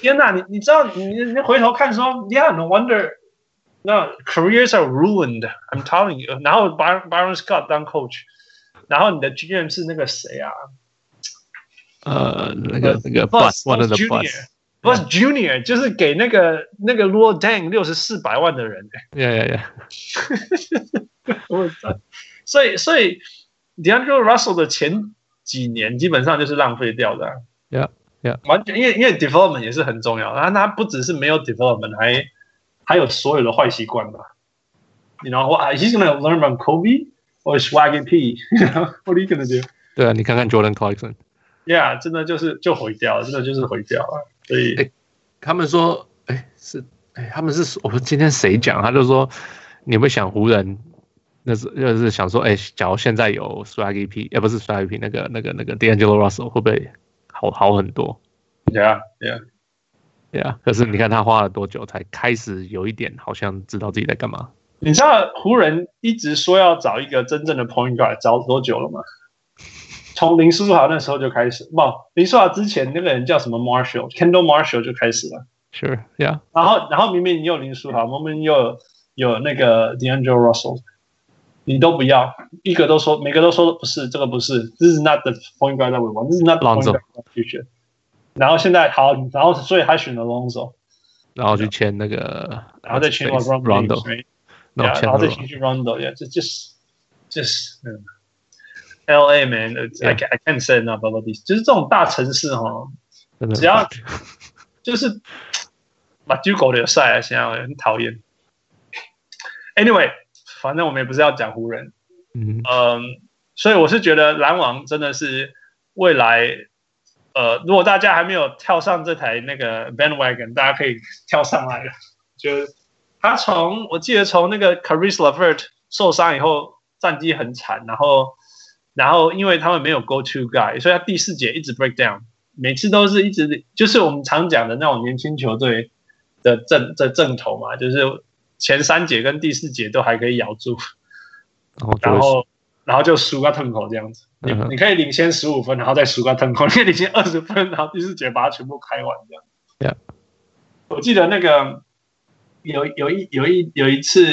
Speaker 1: 天哪，你你知道，你你回头看说，Yeah，no wonder 那 careers are ruined. I'm telling you。然后 Byron Byron Scott 当 coach，然后你的 GM 是那个谁啊
Speaker 2: 呃，那个那个
Speaker 1: Bus
Speaker 2: bus，one of the
Speaker 1: Junior
Speaker 2: bus，
Speaker 1: ？Bus Junior 就是给那个那个 Luol Deng 六十四百万的人、
Speaker 2: 呀呀呀，
Speaker 1: 我操！所以所以 DeAndre Russell 的前几年基本上就是浪费掉的、啊。
Speaker 2: Yeah, yeah.
Speaker 1: 完全因为因为 development 也是很重要，然后他不只是没有 development，还还有所有的坏习惯吧。You know, what- he's gonna learn from Kobe or Swaggy P. You know, what are you gonna do?
Speaker 2: 对啊，你看看 Jordan Clarkson，
Speaker 1: Yeah，真的就是就毁掉了，真的就是毁掉了。所以
Speaker 2: 哎他们说，哎是，哎他们是我们今天谁讲，他就说你会想湖人。那是就是想说，哎、假如现在有 Swaggy P，哎、不是 Swaggy P，那个那个那个 D'Angelo Russell 会不会好好很多？
Speaker 1: ，Yeah, Yeah，
Speaker 2: 对啊，可是你看他花了多久才开始有一点好像知道自己在干嘛？
Speaker 1: 你知道湖人一直说要找一个真正的 point guard，找多久了吗？从林书豪那时候就开始，不，林书豪之前那个人叫什么 Marshall，Kendall Marshall 就开始了。
Speaker 2: Sure, yeah.
Speaker 1: 然后然后明明你有林书豪，明明又有有那个 D'Angelo Russell，你都不要，一个都说每个都说不是，这个不是，This is not the point guard that we want，This is not the point
Speaker 2: Lonzo
Speaker 1: guard that we should。然后现在好，然后所以他选了 Lonzo，
Speaker 2: 然后去签那个，呃
Speaker 1: 然后再签了
Speaker 2: Rondo，
Speaker 1: Rondo，
Speaker 2: 然后签
Speaker 1: 然后再签
Speaker 2: Rondo，
Speaker 1: 去 Rondo，yeah，just just just 嗯。L A man，I
Speaker 2: Yeah.
Speaker 1: I can't say enough about this。就是这种大城市哈，
Speaker 2: 真的
Speaker 1: 只要就是把丢狗留赛啊，现在很讨厌。Anyway，反正我们也不是要讲湖人，
Speaker 2: 嗯
Speaker 1: 嗯，所以我是觉得篮网真的是未来，呃，如果大家还没有跳上这台那个 bandwagon，大家可以跳上来了。 *laughs* 就是他从我记得从那个 Caris LeVert 受伤以后，战绩很惨，然后然后因为他们没有 go to guy，所以他第四节一直 break down，每次都是一直就是我们常讲的那种年轻球队的正的正头嘛，就是前三节跟第四节都还可以咬住。
Speaker 2: 然后就
Speaker 1: 然
Speaker 2: 会
Speaker 1: 后然后就输个吞口这样子。你
Speaker 2: 嗯哼
Speaker 1: 你可以领先十五分，然后再输个吞口；你可以领先二十分，然后第四节把它全部开完这样。
Speaker 2: Yeah
Speaker 1: 我记得那个有有一有一有一次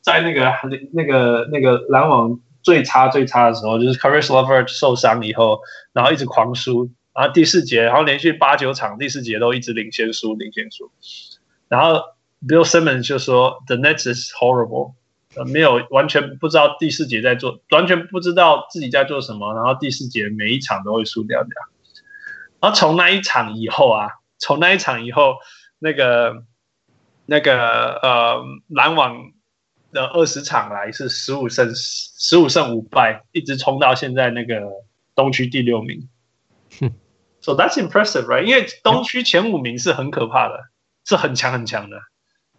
Speaker 1: 在那个那个那个篮网最差最差的时候，就是 Caris Lover 受伤以后，然后一直狂输，然后第四节，然后连续八九场第四节都一直领先输，领先输。然后 Bill Simmons 就说：“The Nets is horrible。”呃，没有完全不知道第四节在做，完全不知道自己在做什么，然后第四节每一场都会输掉这样。然后从那一场以后啊，从那一场以后，那个那个呃篮网的二十场来是十五胜十五胜五败，一直冲到现在那个东区第六名
Speaker 2: 哼。
Speaker 1: So that's impressive, right？因为东区前五名是很可怕的，是很强很强的。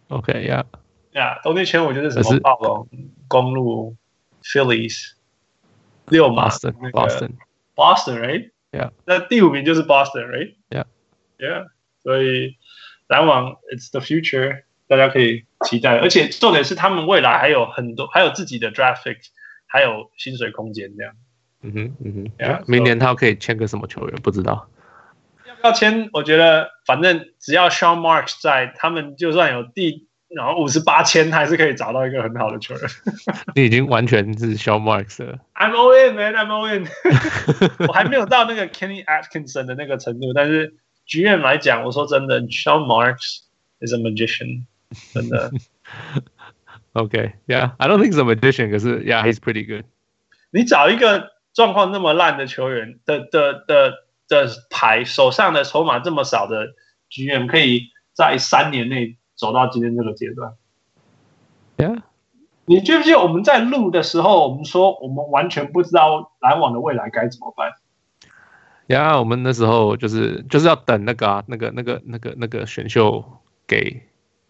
Speaker 2: OK 呀，
Speaker 1: 呀，东区前五就是什
Speaker 2: 可
Speaker 1: 么
Speaker 2: 是
Speaker 1: 暴龙、公路、Phillies、六马、
Speaker 2: Boston
Speaker 1: 那个
Speaker 2: Boston，
Speaker 1: Boston，right？
Speaker 2: Yeah
Speaker 1: 那第五名就是 Boston，right？
Speaker 2: Yeah
Speaker 1: Yeah，所以篮网 It's the future，大家可以期待。而且重点是他们未来还有很多，还有自己的 draft pick，还有薪水空间这样。
Speaker 2: 嗯哼嗯
Speaker 1: Yeah，
Speaker 2: 哼，明年他可以签个什么球员不知道， *laughs*
Speaker 1: 要不要签？我觉得反正只要 Sean Marks 在，他们就算有第然后五十八签，还是可以找到一个很好的球员。
Speaker 2: 你已经完全是 Show Marks 了，
Speaker 1: I'm all in, man. I'm all in. *laughs* 我还没有到那个 Kenny Atkinson 的那个程度，但是局院来讲，我说真的，Sean Marks is a magician，真的。
Speaker 2: OK yeah，I don't think it's a magician，可是 yeah he's pretty good，
Speaker 1: 你找一个状况那么烂的球员的的的的牌，手上的筹码这么少的局院，可以在三年内走到今天这个阶段。
Speaker 2: yeah
Speaker 1: 你记不记得我们在录的时候，我们说我们完全不知道篮网的未来该怎么办？
Speaker 2: yeah，我们那时候就是就是要等那个啊那个那个那个那个选秀给
Speaker 1: 给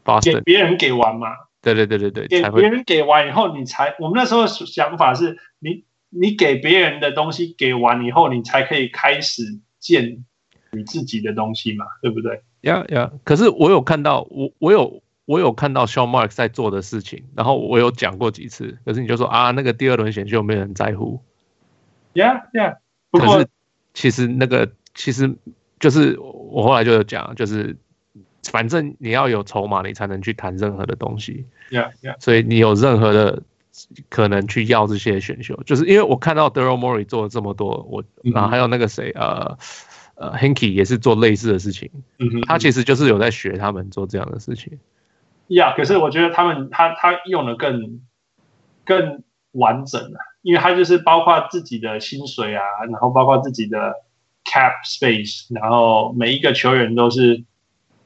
Speaker 2: Boston，
Speaker 1: 别人给完嘛？
Speaker 2: 对对对对对，
Speaker 1: 给
Speaker 2: 才
Speaker 1: 别
Speaker 2: 会
Speaker 1: 人给完以后，你才我们那时候想法是你你给别人的东西给完以后，你才可以开始建你自己的东西嘛，对不对？
Speaker 2: 呀呀！可是我有看到，我我有我有看到 Sean Marks 在做的事情，然后我有讲过几次，可是你就说啊，那个第二轮选秀没有人在乎。
Speaker 1: Yeah, yeah。不
Speaker 2: 可
Speaker 1: 过
Speaker 2: 是其实那个其实就是我后来就有讲，就是反正你要有筹码，你才能去谈任何的东西。
Speaker 1: Yeah, yeah.
Speaker 2: 所以你有任何的可能去要这些选秀，就是因为我看到 Daryl Morey 做了这么多，我啊
Speaker 1: 嗯哼
Speaker 2: 然后还有那个谁呃呃 Hinky 也是做类似的事情，
Speaker 1: 嗯哼，
Speaker 2: 他其实就是有在学他们做这样的事情。
Speaker 1: 呀可是我觉得他们他他用的更更完整了、因为他就是包括自己的薪水啊，然后包括自己的 cap space，然后每一个球员都是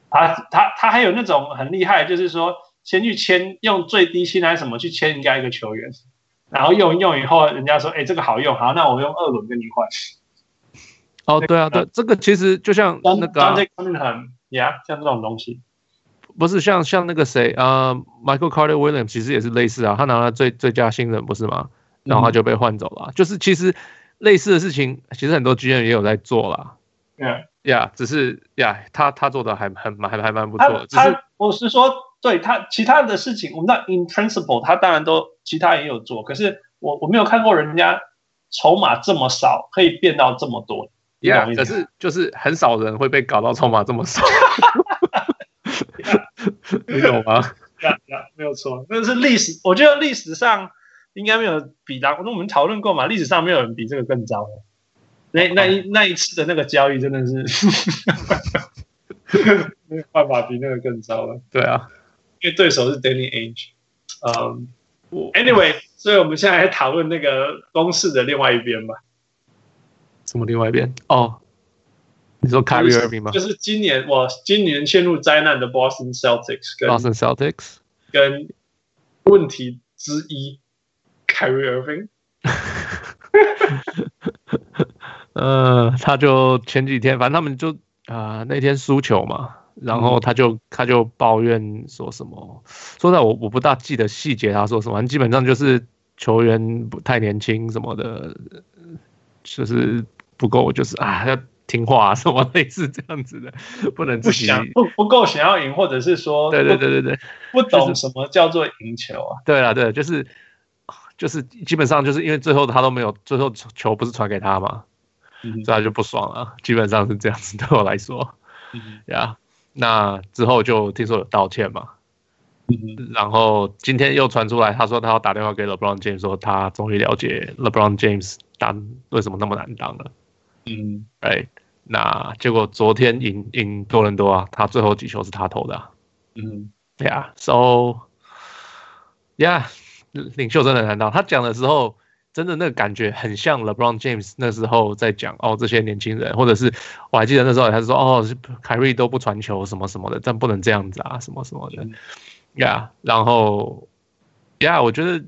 Speaker 1: 他他他还有那种很厉害，就是说先去签用最低薪还是什么去签人家一个球员，然后用一用以后，人家说哎这个好用，好那我用二轮跟你换。
Speaker 2: 哦，对啊，对，这个其实就像那个啊、
Speaker 1: 这很呀像这种东西，
Speaker 2: 不是像像那个谁呃 Michael Carter Williams 其实也是类似啊，他拿了最最佳新人不是吗？然
Speaker 1: 嗯
Speaker 2: 后他就被换走了啊、就是其实类似的事情，其实很多 GM 也有在做啦。
Speaker 1: 嗯。
Speaker 2: 呀、只是呀他他做的还很蛮还还蛮不错
Speaker 1: 他
Speaker 2: 的，只是
Speaker 1: 他，我是说，对他其他的事情，我们知道 in principle，他当然都其他也有做，可是我我没有看过人家筹码这么少，可以变到这么多。你懂我
Speaker 2: Yeah，
Speaker 1: 意
Speaker 2: 可
Speaker 1: 思
Speaker 2: 是就是很少人会被搞到筹码这么少，
Speaker 1: *laughs*
Speaker 2: 你懂吗？
Speaker 1: 呀呀，啊没有错，那是历史，我觉得历史上应该没有比他，那我们讨论过嘛，历史上没有人比这个更糟的。那那一那一次的那个交易真的是 *laughs* 没有办法比那个更糟了，
Speaker 2: 对啊，
Speaker 1: 因为对手是 Danny Ainge，嗯、
Speaker 2: 我
Speaker 1: Anyway，所以我们现在来讨论那个公式的另外一边吧，
Speaker 2: 什么另外一边哦，你说 k
Speaker 1: 就
Speaker 2: y r i
Speaker 1: 是
Speaker 2: r v i 吗
Speaker 1: 就是今年我今年陷入灾难的 Boston Celtics 跟
Speaker 2: ？Boston Celtics
Speaker 1: 跟问题之一 Kyrie Irving。
Speaker 2: *laughs* 呃，他就前几天，反正他们就啊、那天输球嘛，然
Speaker 1: 嗯
Speaker 2: 后他就、他就抱怨说什么，说到我我不大记得细节，他说什么，基本上就是球员不太年轻什么的，就是不够，就是啊要听话、什么类似这样子的，不能
Speaker 1: 不
Speaker 2: 自己。
Speaker 1: 想不不够想要赢，或者是说
Speaker 2: *laughs* 对对对对对，
Speaker 1: 不不懂什么叫做赢球啊？
Speaker 2: 对啊对，就是就是基本上就是因为最后他都没有，最后球不是传给他嘛，
Speaker 1: 嗯
Speaker 2: 所以他就不爽了，基本上是这样子对我来说。 *laughs*
Speaker 1: 嗯
Speaker 2: 呀那之后就听说有道歉嘛，
Speaker 1: 嗯
Speaker 2: 然后今天又传出来，他说他要打电话给 LeBron James，说他终于了解 LeBron James 当为什么那么难当了。
Speaker 1: 嗯，
Speaker 2: 哎，那结果昨天赢赢多伦多啊，他最后几球是他投的、啊。
Speaker 1: 嗯，
Speaker 2: 对啊，so yeah，领袖真的很难当。他讲的时候，真的那个感觉很像 LeBron James 那时候在讲哦，这些年轻人，或者是我还记得那时候他说哦，是凯瑞都不传球什么什么的，但不能这样子啊，什么什么的
Speaker 1: 嗯
Speaker 2: ，yeah，然后 yeah，我觉得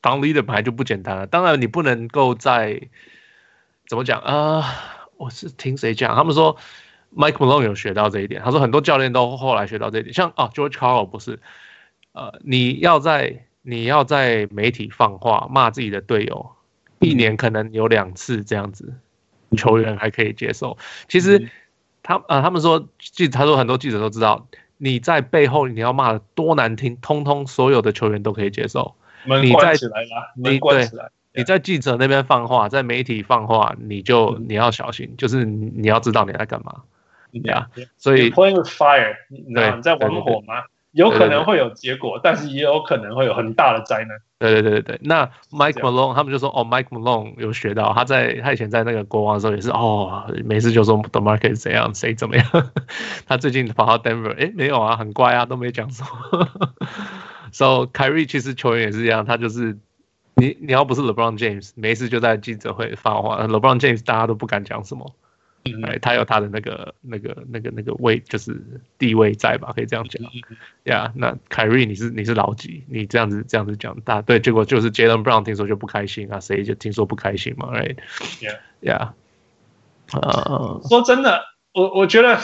Speaker 2: 当 leader 本来就不简单啊了，当然你不能够在怎么讲啊、呃我是听谁讲，他们说 Mike Malone 有学到这一点，他说很多教练都后来学到这一点，像啊 George Carl 不是，呃，你要在你要在媒体放话骂自己的队友，一年可能有两次这样子，球员还可以接受。其实
Speaker 1: 嗯
Speaker 2: 他呃他们说记他说很多记者都知道。你在背后你要骂的多难听，通通所有的球员都可以接受。
Speaker 1: 门
Speaker 2: 你在
Speaker 1: 关起来啦，门关起来。嗯
Speaker 2: 你在记者那边放话，在媒体放话，你就你要小心，就是你你要知道你在干嘛。
Speaker 1: 呀，
Speaker 2: 所以
Speaker 1: You're playing with fire，你知道
Speaker 2: 对
Speaker 1: 你在玩火吗？有可能会有结果，但是也有可能会有很大的灾难。
Speaker 2: 对对对对对，那 Mike
Speaker 1: 这样
Speaker 2: Malone 他们就说哦，Mike Malone 有学到，他在他以前在那个国王的时候也是哦，没事就说 The Market 怎样，谁怎么样。 *laughs* 他最近跑到 Denver，哎，没有啊，很乖啊，都没讲什么。so 凯瑞其实球员也是一样，他就是你你要不是 LeBron James，没事就在记者会发话。LeBron James 大家都不敢讲什么，
Speaker 1: 嗯
Speaker 2: 哎，他有他的那个那个那个那个位，就是地位在吧，可以这样讲。呀那凯瑞你是你是老几？你这样子这样子讲，大对，结果就是 Jalen Brown 听说就不开心啊，谁就听说不开心嘛，right？
Speaker 1: Yeah.
Speaker 2: Yeah. 呃，
Speaker 1: 说真的，我我觉得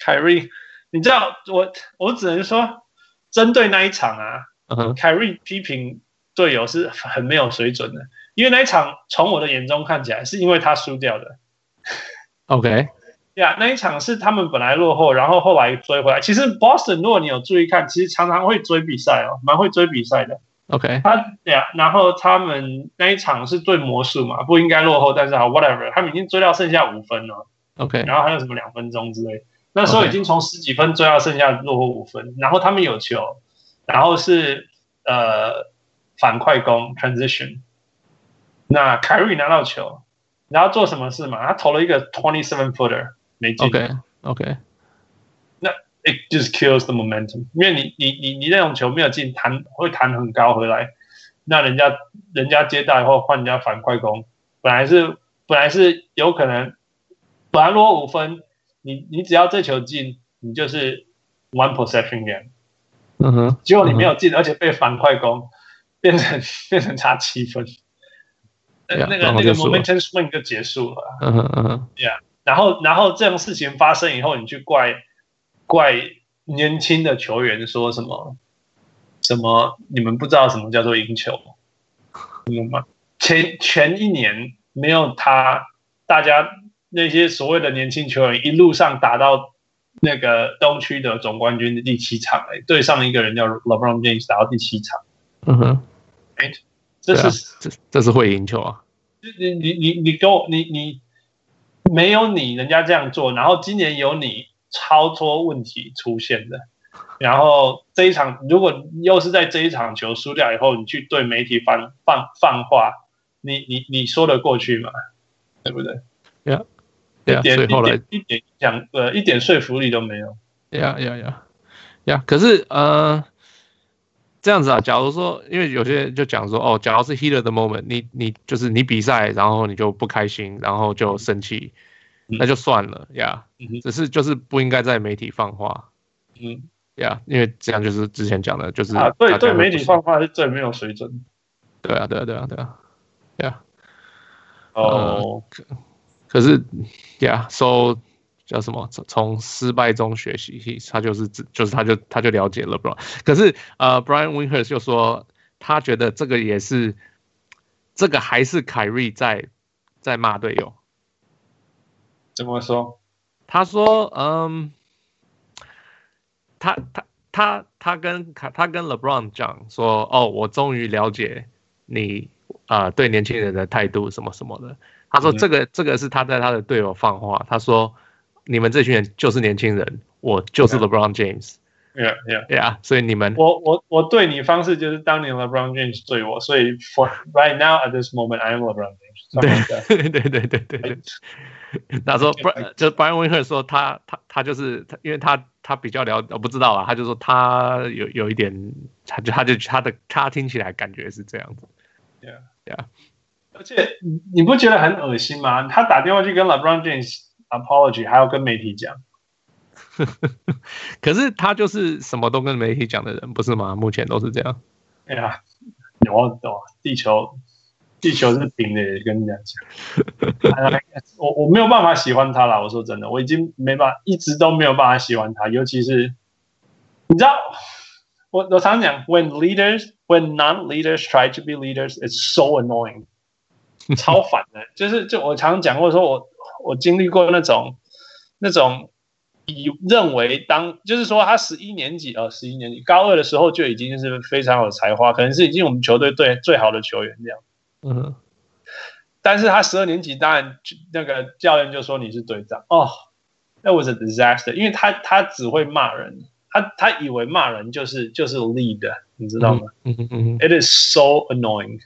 Speaker 1: 凯瑞，你知道我我只能说，针对那一场啊，
Speaker 2: 嗯哼
Speaker 1: 凯瑞批评队友是很没有水准的，因为那一场从我的眼中看起来是因为他输掉的。
Speaker 2: ，OK，
Speaker 1: 对啊，那一场是他们本来落后，然后后来追回来。其实 Boston，如果你有注意看，其实常常会追比赛哦，蛮会追比赛的。
Speaker 2: OK，
Speaker 1: 他对啊，然后他们那一场是对魔术嘛，不应该落后，但是好 whatever，他们已经追到剩下五分了。
Speaker 2: OK，
Speaker 1: 然后还有什么两分钟之类，那时候已经从十几分追到剩下落后五分，然后他们有球，然后是呃反快攻 transition，那凯瑞拿到球，然后做什么事嘛？他投了一个 twenty seven footer 没进
Speaker 2: OK OK，
Speaker 1: it just kills the momentum，因为你你你你那种球没有进，弹会弹很高回来，那人家人家接到以后换人家反快攻，本来是本来是有可能，本来落后五分，你你只要这球进，你就是 one possession game，
Speaker 2: 嗯哼，
Speaker 1: 结果你没
Speaker 2: 有，
Speaker 1: 有进，而且被反快攻，变成变成差七分，那
Speaker 2: Yeah，
Speaker 1: 那个
Speaker 2: 然后
Speaker 1: 那个
Speaker 2: 就输了
Speaker 1: momentum swing 就结束了。
Speaker 2: 嗯哼嗯哼，
Speaker 1: 然后然后这种事情发生以后，你去怪怪年轻的球员说什么什么，你们不知道什么叫做赢球，你们吗？前前一年没有他，大家那些所谓的年轻球员一路上打到那个东区的总冠军的第七场、哎，对上一个人叫 LeBron James 打到第七场，
Speaker 2: 嗯哼，
Speaker 1: 这
Speaker 2: 对啊
Speaker 1: 是
Speaker 2: 这这是会赢球啊，
Speaker 1: 你你你你给我你你没有你，人家这样做，然后今年有你超脱问题出现的，然后这一场如果又是在这一场球输掉以后，你去对媒体放放放话，你你你说得过去吗？对不对？
Speaker 2: 对啊，
Speaker 1: 一点
Speaker 2: 所以后来
Speaker 1: 一点一点讲呃一点说服力都没有。
Speaker 2: 呀呀呀呀！可是呃，这样子啊，假如说，因为有些人就讲说，哦，假如是 heater 的 moment，你你就是你比赛，然后你就不开心，然后就生气，
Speaker 1: 嗯
Speaker 2: 那就算了呀。
Speaker 1: 嗯哼
Speaker 2: 只是就是不应该在媒体放话
Speaker 1: 嗯
Speaker 2: 呀，因为这样就是之前讲的，就是
Speaker 1: 啊，对
Speaker 2: 大家
Speaker 1: 对，
Speaker 2: 会
Speaker 1: 媒
Speaker 2: 不
Speaker 1: 体
Speaker 2: 爽
Speaker 1: 放话是最没有水准的。
Speaker 2: 对啊对啊对啊对啊对啊。
Speaker 1: 哦，
Speaker 2: 可是呀，so 叫什么？从从失败中学习，he- 他就是只就是他就他就了解了 Brown。可是呃，Brian Winhurst 就说他觉得这个也是这个还是凯瑞在在骂队友。
Speaker 1: 怎么说？
Speaker 2: 他说，嗯，他他他他跟他他跟 LeBron 讲说，哦，我终于了解你啊、呃对年轻人的态度什么什么的。他说
Speaker 1: 嗯
Speaker 2: 这个、这个是他在他的队友放话，他说你们这群人就是年轻人，我就是
Speaker 1: Yeah.
Speaker 2: LeBron James，
Speaker 1: Yeah, yeah.
Speaker 2: 对啊，所以你
Speaker 1: *laughs*
Speaker 2: 们
Speaker 1: 我我我对你方式就是当年 LeBron James 对我，所以 for right now at this moment I am LeBron James。对，
Speaker 2: *laughs* 对对对对对对。 *laughs* 他说 Bri- 呃就是 Brian Winker 说他他他就是他，因为他他比较了，我不知道啊，他就说他有有一点，他就他就他的他听起来感觉是这样子， *laughs*
Speaker 1: 而且你你不觉得很恶心吗？他打电话去跟 LeBron James apology，还要跟媒体讲。
Speaker 2: 可是他就是什么都跟媒体讲的人，不是吗？目前都是这样。
Speaker 1: 哎呀，有啊有啊，地球地球是平的，跟你讲讲。哎我我没有办法喜欢他了，我说真的，我已经没办法，一直都没有办法喜欢他，尤其是你知道，我我常讲，when leaders when non leaders try to be leaders, it's so annoying，超烦的。就是就我常讲过说我我经历过那种那种以认为当就是说他十一年级呃十一年级高二的时候就已经是非常有才华，可能是已经我们球队队最好的球员这样。
Speaker 2: 嗯，
Speaker 1: 但是他十二年级当然就那个教练就说你是队长哦、那 t was a disaster，因为他他只会骂人，他他以为骂人就是就是 lead，你知道吗、
Speaker 2: 嗯嗯嗯
Speaker 1: i t is so annoying。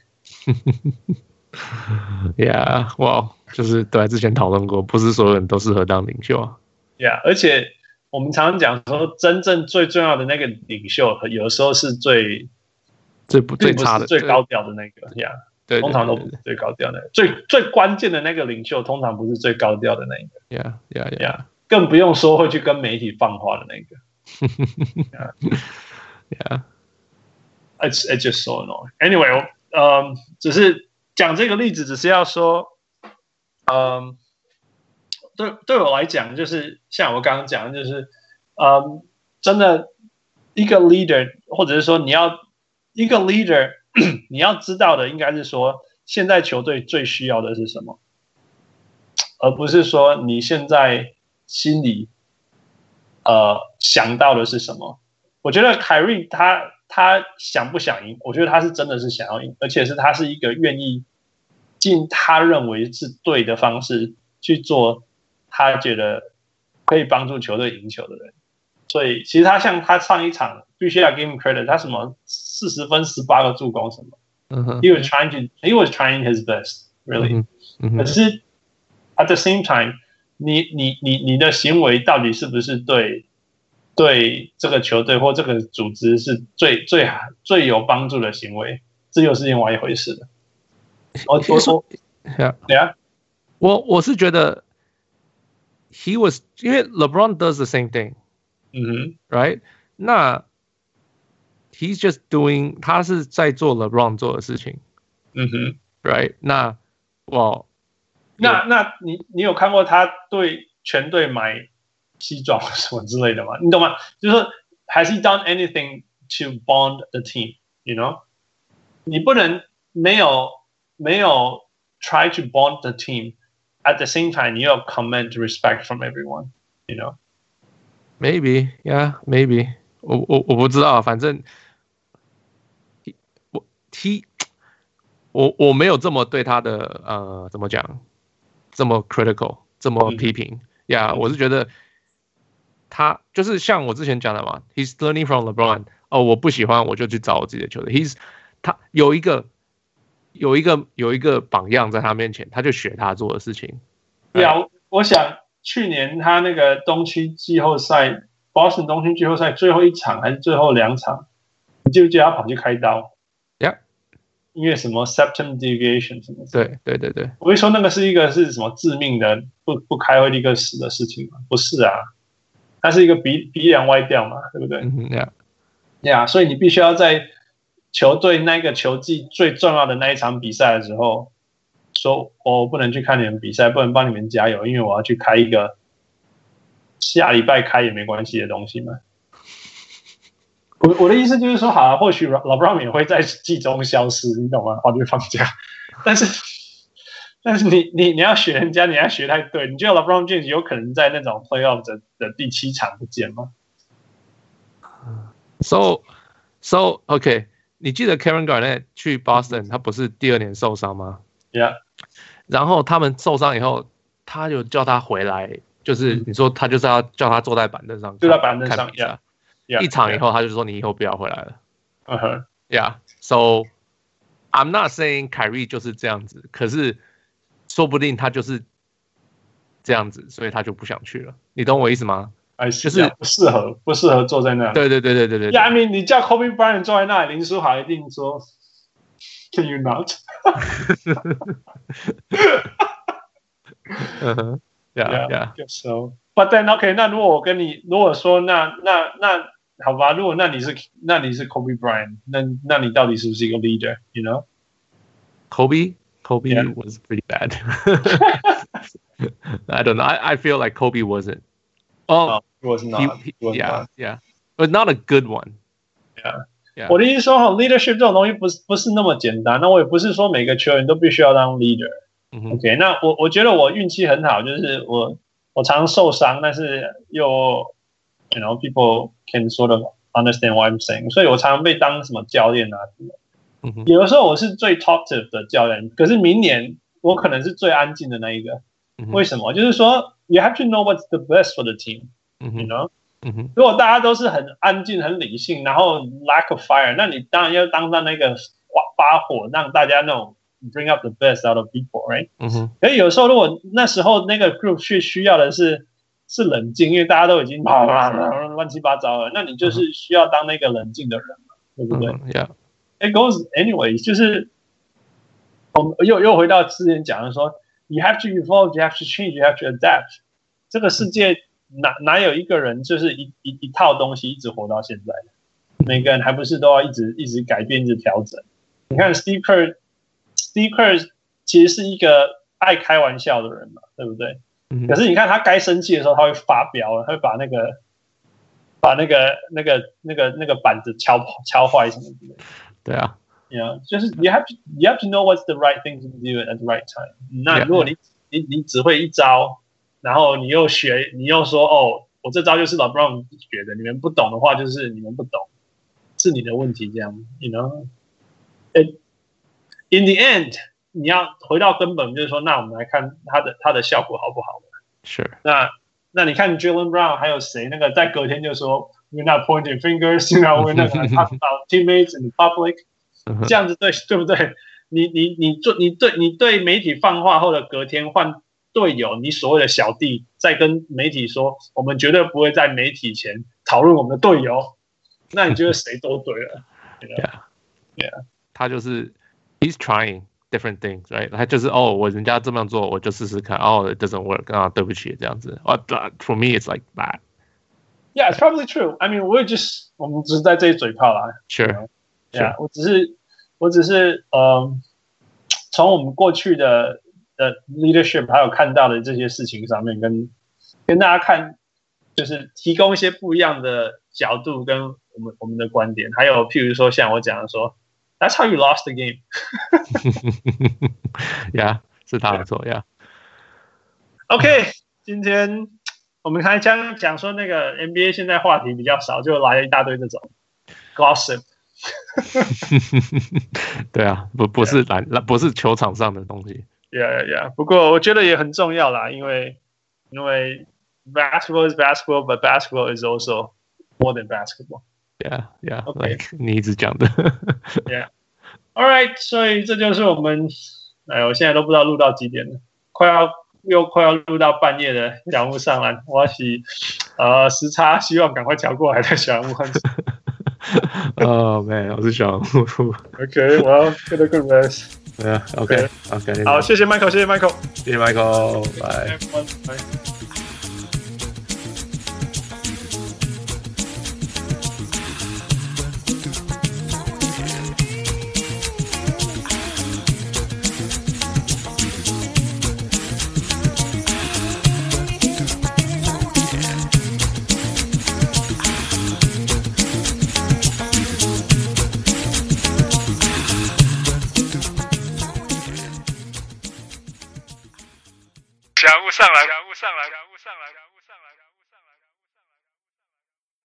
Speaker 2: ，Yeah，哇、就是对，之前讨论过，不是所有人都适合当领袖啊。
Speaker 1: Yeah，而且我们常常讲说，真正最重要的那个领袖，有的时候是最
Speaker 2: 最不最
Speaker 1: 并不
Speaker 2: 差
Speaker 1: 是
Speaker 2: 的
Speaker 1: 最高调的那个，Yeah，
Speaker 2: 对，对
Speaker 1: 通常都
Speaker 2: 对
Speaker 1: 不
Speaker 2: 对
Speaker 1: 是最高调的那个，最最关键的那个领袖，通常不是最高调的那一个，
Speaker 2: 对 yeah yeah yeah
Speaker 1: Yeah 更不用说会去跟媒体放话的那个。
Speaker 2: *laughs* yeah，
Speaker 1: It's it's just so annoying. Anyway，我嗯，只是讲这个例子，只是要说，嗯，对对我来讲，就是像我刚刚讲，的，就是嗯，真的一个 leader，或者是说你要一个 leader，你要知道的应该是说，现在球队最需要的是什么，而不是说你现在心里呃想到的是什么。我觉得凯瑞他他想不想赢，我觉得他是真的是想要赢，而且是他是一个愿意尽他认为是对的方式去做他觉得可以帮助球队赢球的人。所以其实他像他上一场必须要 give him credit，他什么四十分、十八个助攻什么
Speaker 2: 嗯哼，
Speaker 1: ，he was trying to he was trying his best really、
Speaker 2: 嗯哼
Speaker 1: 可是 at the same time，你你你你的行为到底是不是对对这个球队或这个组织是最最最有帮助的行为？这又是另外一回事了。我我我，
Speaker 2: Yeah.
Speaker 1: 对啊，
Speaker 2: 我我是觉得，he was 因为 LeBron does the same thing。
Speaker 1: 嗯哼，
Speaker 2: right？那 he's just doing，他是在做 LeBron 做的事情
Speaker 1: 嗯哼。
Speaker 2: ，right？那哇，
Speaker 1: 那那你你有看过他对全队买西装什么之类的吗？你懂吗？就是说 has he done anything to bond the team？You know，你不能没有没有 try to bond the team。At the same time，你要 command respect from everyone。You know，
Speaker 2: Maybe, yeah, maybe. 我我我不知道，反正我 T 我我没有这么对他的呃怎么讲，这么 critical，这么
Speaker 1: 嗯
Speaker 2: 批评。Yeah，我是觉得他就是像我之前讲的嘛，He's learning from LeBron。哦，我不喜欢我就去找我自己的球队。He's 他有一个有一个有一个榜样在他面前，他就学他做的事情。哎
Speaker 1: 对啊，我我想去年他那个东区季后赛，Boston 东区季后赛最后一场还是最后两场，你记不记得他跑去开刀？
Speaker 2: Yeah
Speaker 1: 因为什么 septum deviation 什么？，
Speaker 2: 对对对对，
Speaker 1: 我会说那个是一个是什么致命的，不不开会立刻死的事情吗？不是啊，它是一个鼻鼻梁歪掉嘛，对不对？
Speaker 2: 嗯哼，Yeah，
Speaker 1: 呀，所以你必须要在球队那个球季最重要的那一场比赛的时候，说哦我不能去看你们比赛，不能帮你们加油，因为我要去开一个下礼拜开也没关系的东西嘛。 *laughs* 我我的意思就是说，好、啊，或许老 Brown 也会在季中消失，你懂吗？跑去放假，但是但是你你你要学人家，你要学太对，你觉得老 Brown James 有可能在那种 Playoff 的的第七场不见吗？
Speaker 2: So, so OK，你记得 Karen Garnett 去
Speaker 1: 嗯
Speaker 2: Boston，他不是第二年受伤吗？
Speaker 1: 呀、yeah,，
Speaker 2: 然后他们受伤以后，他就叫他回来，就是你说他就是要叫他坐在板凳上
Speaker 1: 嗯
Speaker 2: 看，
Speaker 1: 坐在板凳上
Speaker 2: 看比赛。
Speaker 1: yeah,
Speaker 2: 一场以后，他就说你以后不要回来了。
Speaker 1: 嗯哼。
Speaker 2: Yeah, so I'm not saying 凯瑞就是这样子，可是说不定他就是这样子，所以他就不想去了。你懂我意思吗？
Speaker 1: 哎，
Speaker 2: 就是
Speaker 1: 这样不适合，不适合坐在那里。
Speaker 2: 对对对对对对对。
Speaker 1: 亚明，你叫 Kobe Bryant 坐在那里，林书豪一定说，Can you not？ *laughs*
Speaker 2: 嗯哼 Yeah, yeah.
Speaker 1: 就是哦。But then OK，那如果我跟你，如果说那那那好吧，如果那你是那你是 Kobe Bryant，那那你到底是不是一个 leader？You know？
Speaker 2: Kobe, Kobe
Speaker 1: Yeah.
Speaker 2: was pretty bad. *laughs* I don't know. I, I feel like Kobe wasn't. Oh,
Speaker 1: 如果是
Speaker 2: he,
Speaker 1: not，
Speaker 2: he-
Speaker 1: 如果是
Speaker 2: yeah,
Speaker 1: not。
Speaker 2: yeah, but not a good one.
Speaker 1: 啊我的意思说哈，leadership 这种东西不是不是那么简单。那我也不是说每个球员都必须要当 leader。
Speaker 2: 嗯哼
Speaker 1: OK，那我我觉得我运气很好，就是我我常受伤，但是又，you know people can sort of understand what I'm saying，所以我常常被当什么教练啊什么的。
Speaker 2: 嗯哼
Speaker 1: 有的时候我是最 talkative 的教练，可是明年我可能是最安静的那一个。
Speaker 2: 嗯哼
Speaker 1: 为什么？就是说，you have to know what's the best for the team，you
Speaker 2: 嗯哼
Speaker 1: know。
Speaker 2: 嗯哼
Speaker 1: 如果大家都是很安静、很理性，然后 lack of fire，那你当然要当上那个发火，让大家那种 bring up the best out of people，right？
Speaker 2: 嗯哼
Speaker 1: 可是哎有时候如果那时候那个 group 去需要的是是冷静，因为大家都已经乱七八糟了，那你就是需要当那个冷静的人嘛，对不对、
Speaker 2: 嗯哼，Yeah, Uh-huh,
Speaker 1: i t goes anyway，就是我们又又回到之前讲的说，you have to evolve，you have to change，you have to adapt。这个世界哪哪有一个人就是一一一套东西一直活到现在的？每个人还不是都要一直一直改变，一直调整。你看 Steve Kerr，Steve Kerr 其实是一个爱开玩笑的人嘛，对不对？
Speaker 2: 嗯
Speaker 1: 可
Speaker 2: 哼
Speaker 1: 是你看他该生气的时候，他会发飙了，他会把那个把那个那个那个那个板子敲破敲坏什么之类的。
Speaker 2: 对啊，
Speaker 1: You know, 就是 you have to you have to know what's the right thing to do at the right time。那
Speaker 2: Yeah.
Speaker 1: 如果你你你只会一招，然后你又学，你又说哦，我这招就是老 Brown 学的，你们不懂的话就是你们不懂，是你的问题，这样，you know。It- In the end，你要回到根本，就是说，那我们来看它的它的效果好不好？
Speaker 2: Sure.
Speaker 1: 那那你看 Jalen Brown 还有谁那个在隔天就说 We're not pointing fingers, you know, we're not going to talk about teammates in public，
Speaker 2: 嗯哼
Speaker 1: 这样子对对不对？你你你做你对你对媒体放话后的隔天换队友，你所谓的小弟在跟媒体说，我们绝对不会在媒体前讨论我们的队友，那你觉得谁都对了？
Speaker 2: 他就是 he's trying different things，right？他就是哦，oh, 我人家这么做，我就试试看。哦，it doesn't work 啊，对不起，这样子。啊、oh,，for me it's like that。
Speaker 1: Yeah, it's probably true. I mean, we're just 我们只是在这里嘴炮啦。
Speaker 2: Sure，
Speaker 1: 对啊，我只是我只是嗯，从我们过去的的 leadership 还有看到的这些事情上面跟，跟大家看，就是提供一些不一样的角度跟我们我们的观点，还有譬如说像我讲的说，That's how you lost the game。
Speaker 2: *laughs* yeah，是他的错，yeah。
Speaker 1: OK，今天我们还将讲说那个 NBA 现在话题比较少，就来了一大堆这种 gossip。
Speaker 2: *laughs* 对啊，不不是篮，不是球场上的东西。
Speaker 1: Yeah, yeah, yeah. 不过我觉得也很重要啦，因为因为 basketball is basketball, but basketball is also more than basketball.
Speaker 2: Yeah, yeah,
Speaker 1: OK
Speaker 2: like 你一直讲的。 *laughs*
Speaker 1: All right，所以这就是我们，哎，我现在都不知道录到几点了，快要又快要录到半夜的小木上来，我要洗呃时差，希望赶快调过来的小木。
Speaker 2: 哦、man，我是小红 *laughs* 书。
Speaker 1: OK，我要 get a good rest。
Speaker 2: 对啊，OK，好，感谢，
Speaker 1: 好，，谢谢 Michael，谢谢 Michael。
Speaker 2: 谢谢 Michael，拜。
Speaker 1: Everyone, bye.
Speaker 3: Chào buổi sáng lành, chào buổi sáng lành, chào buổi sáng lành.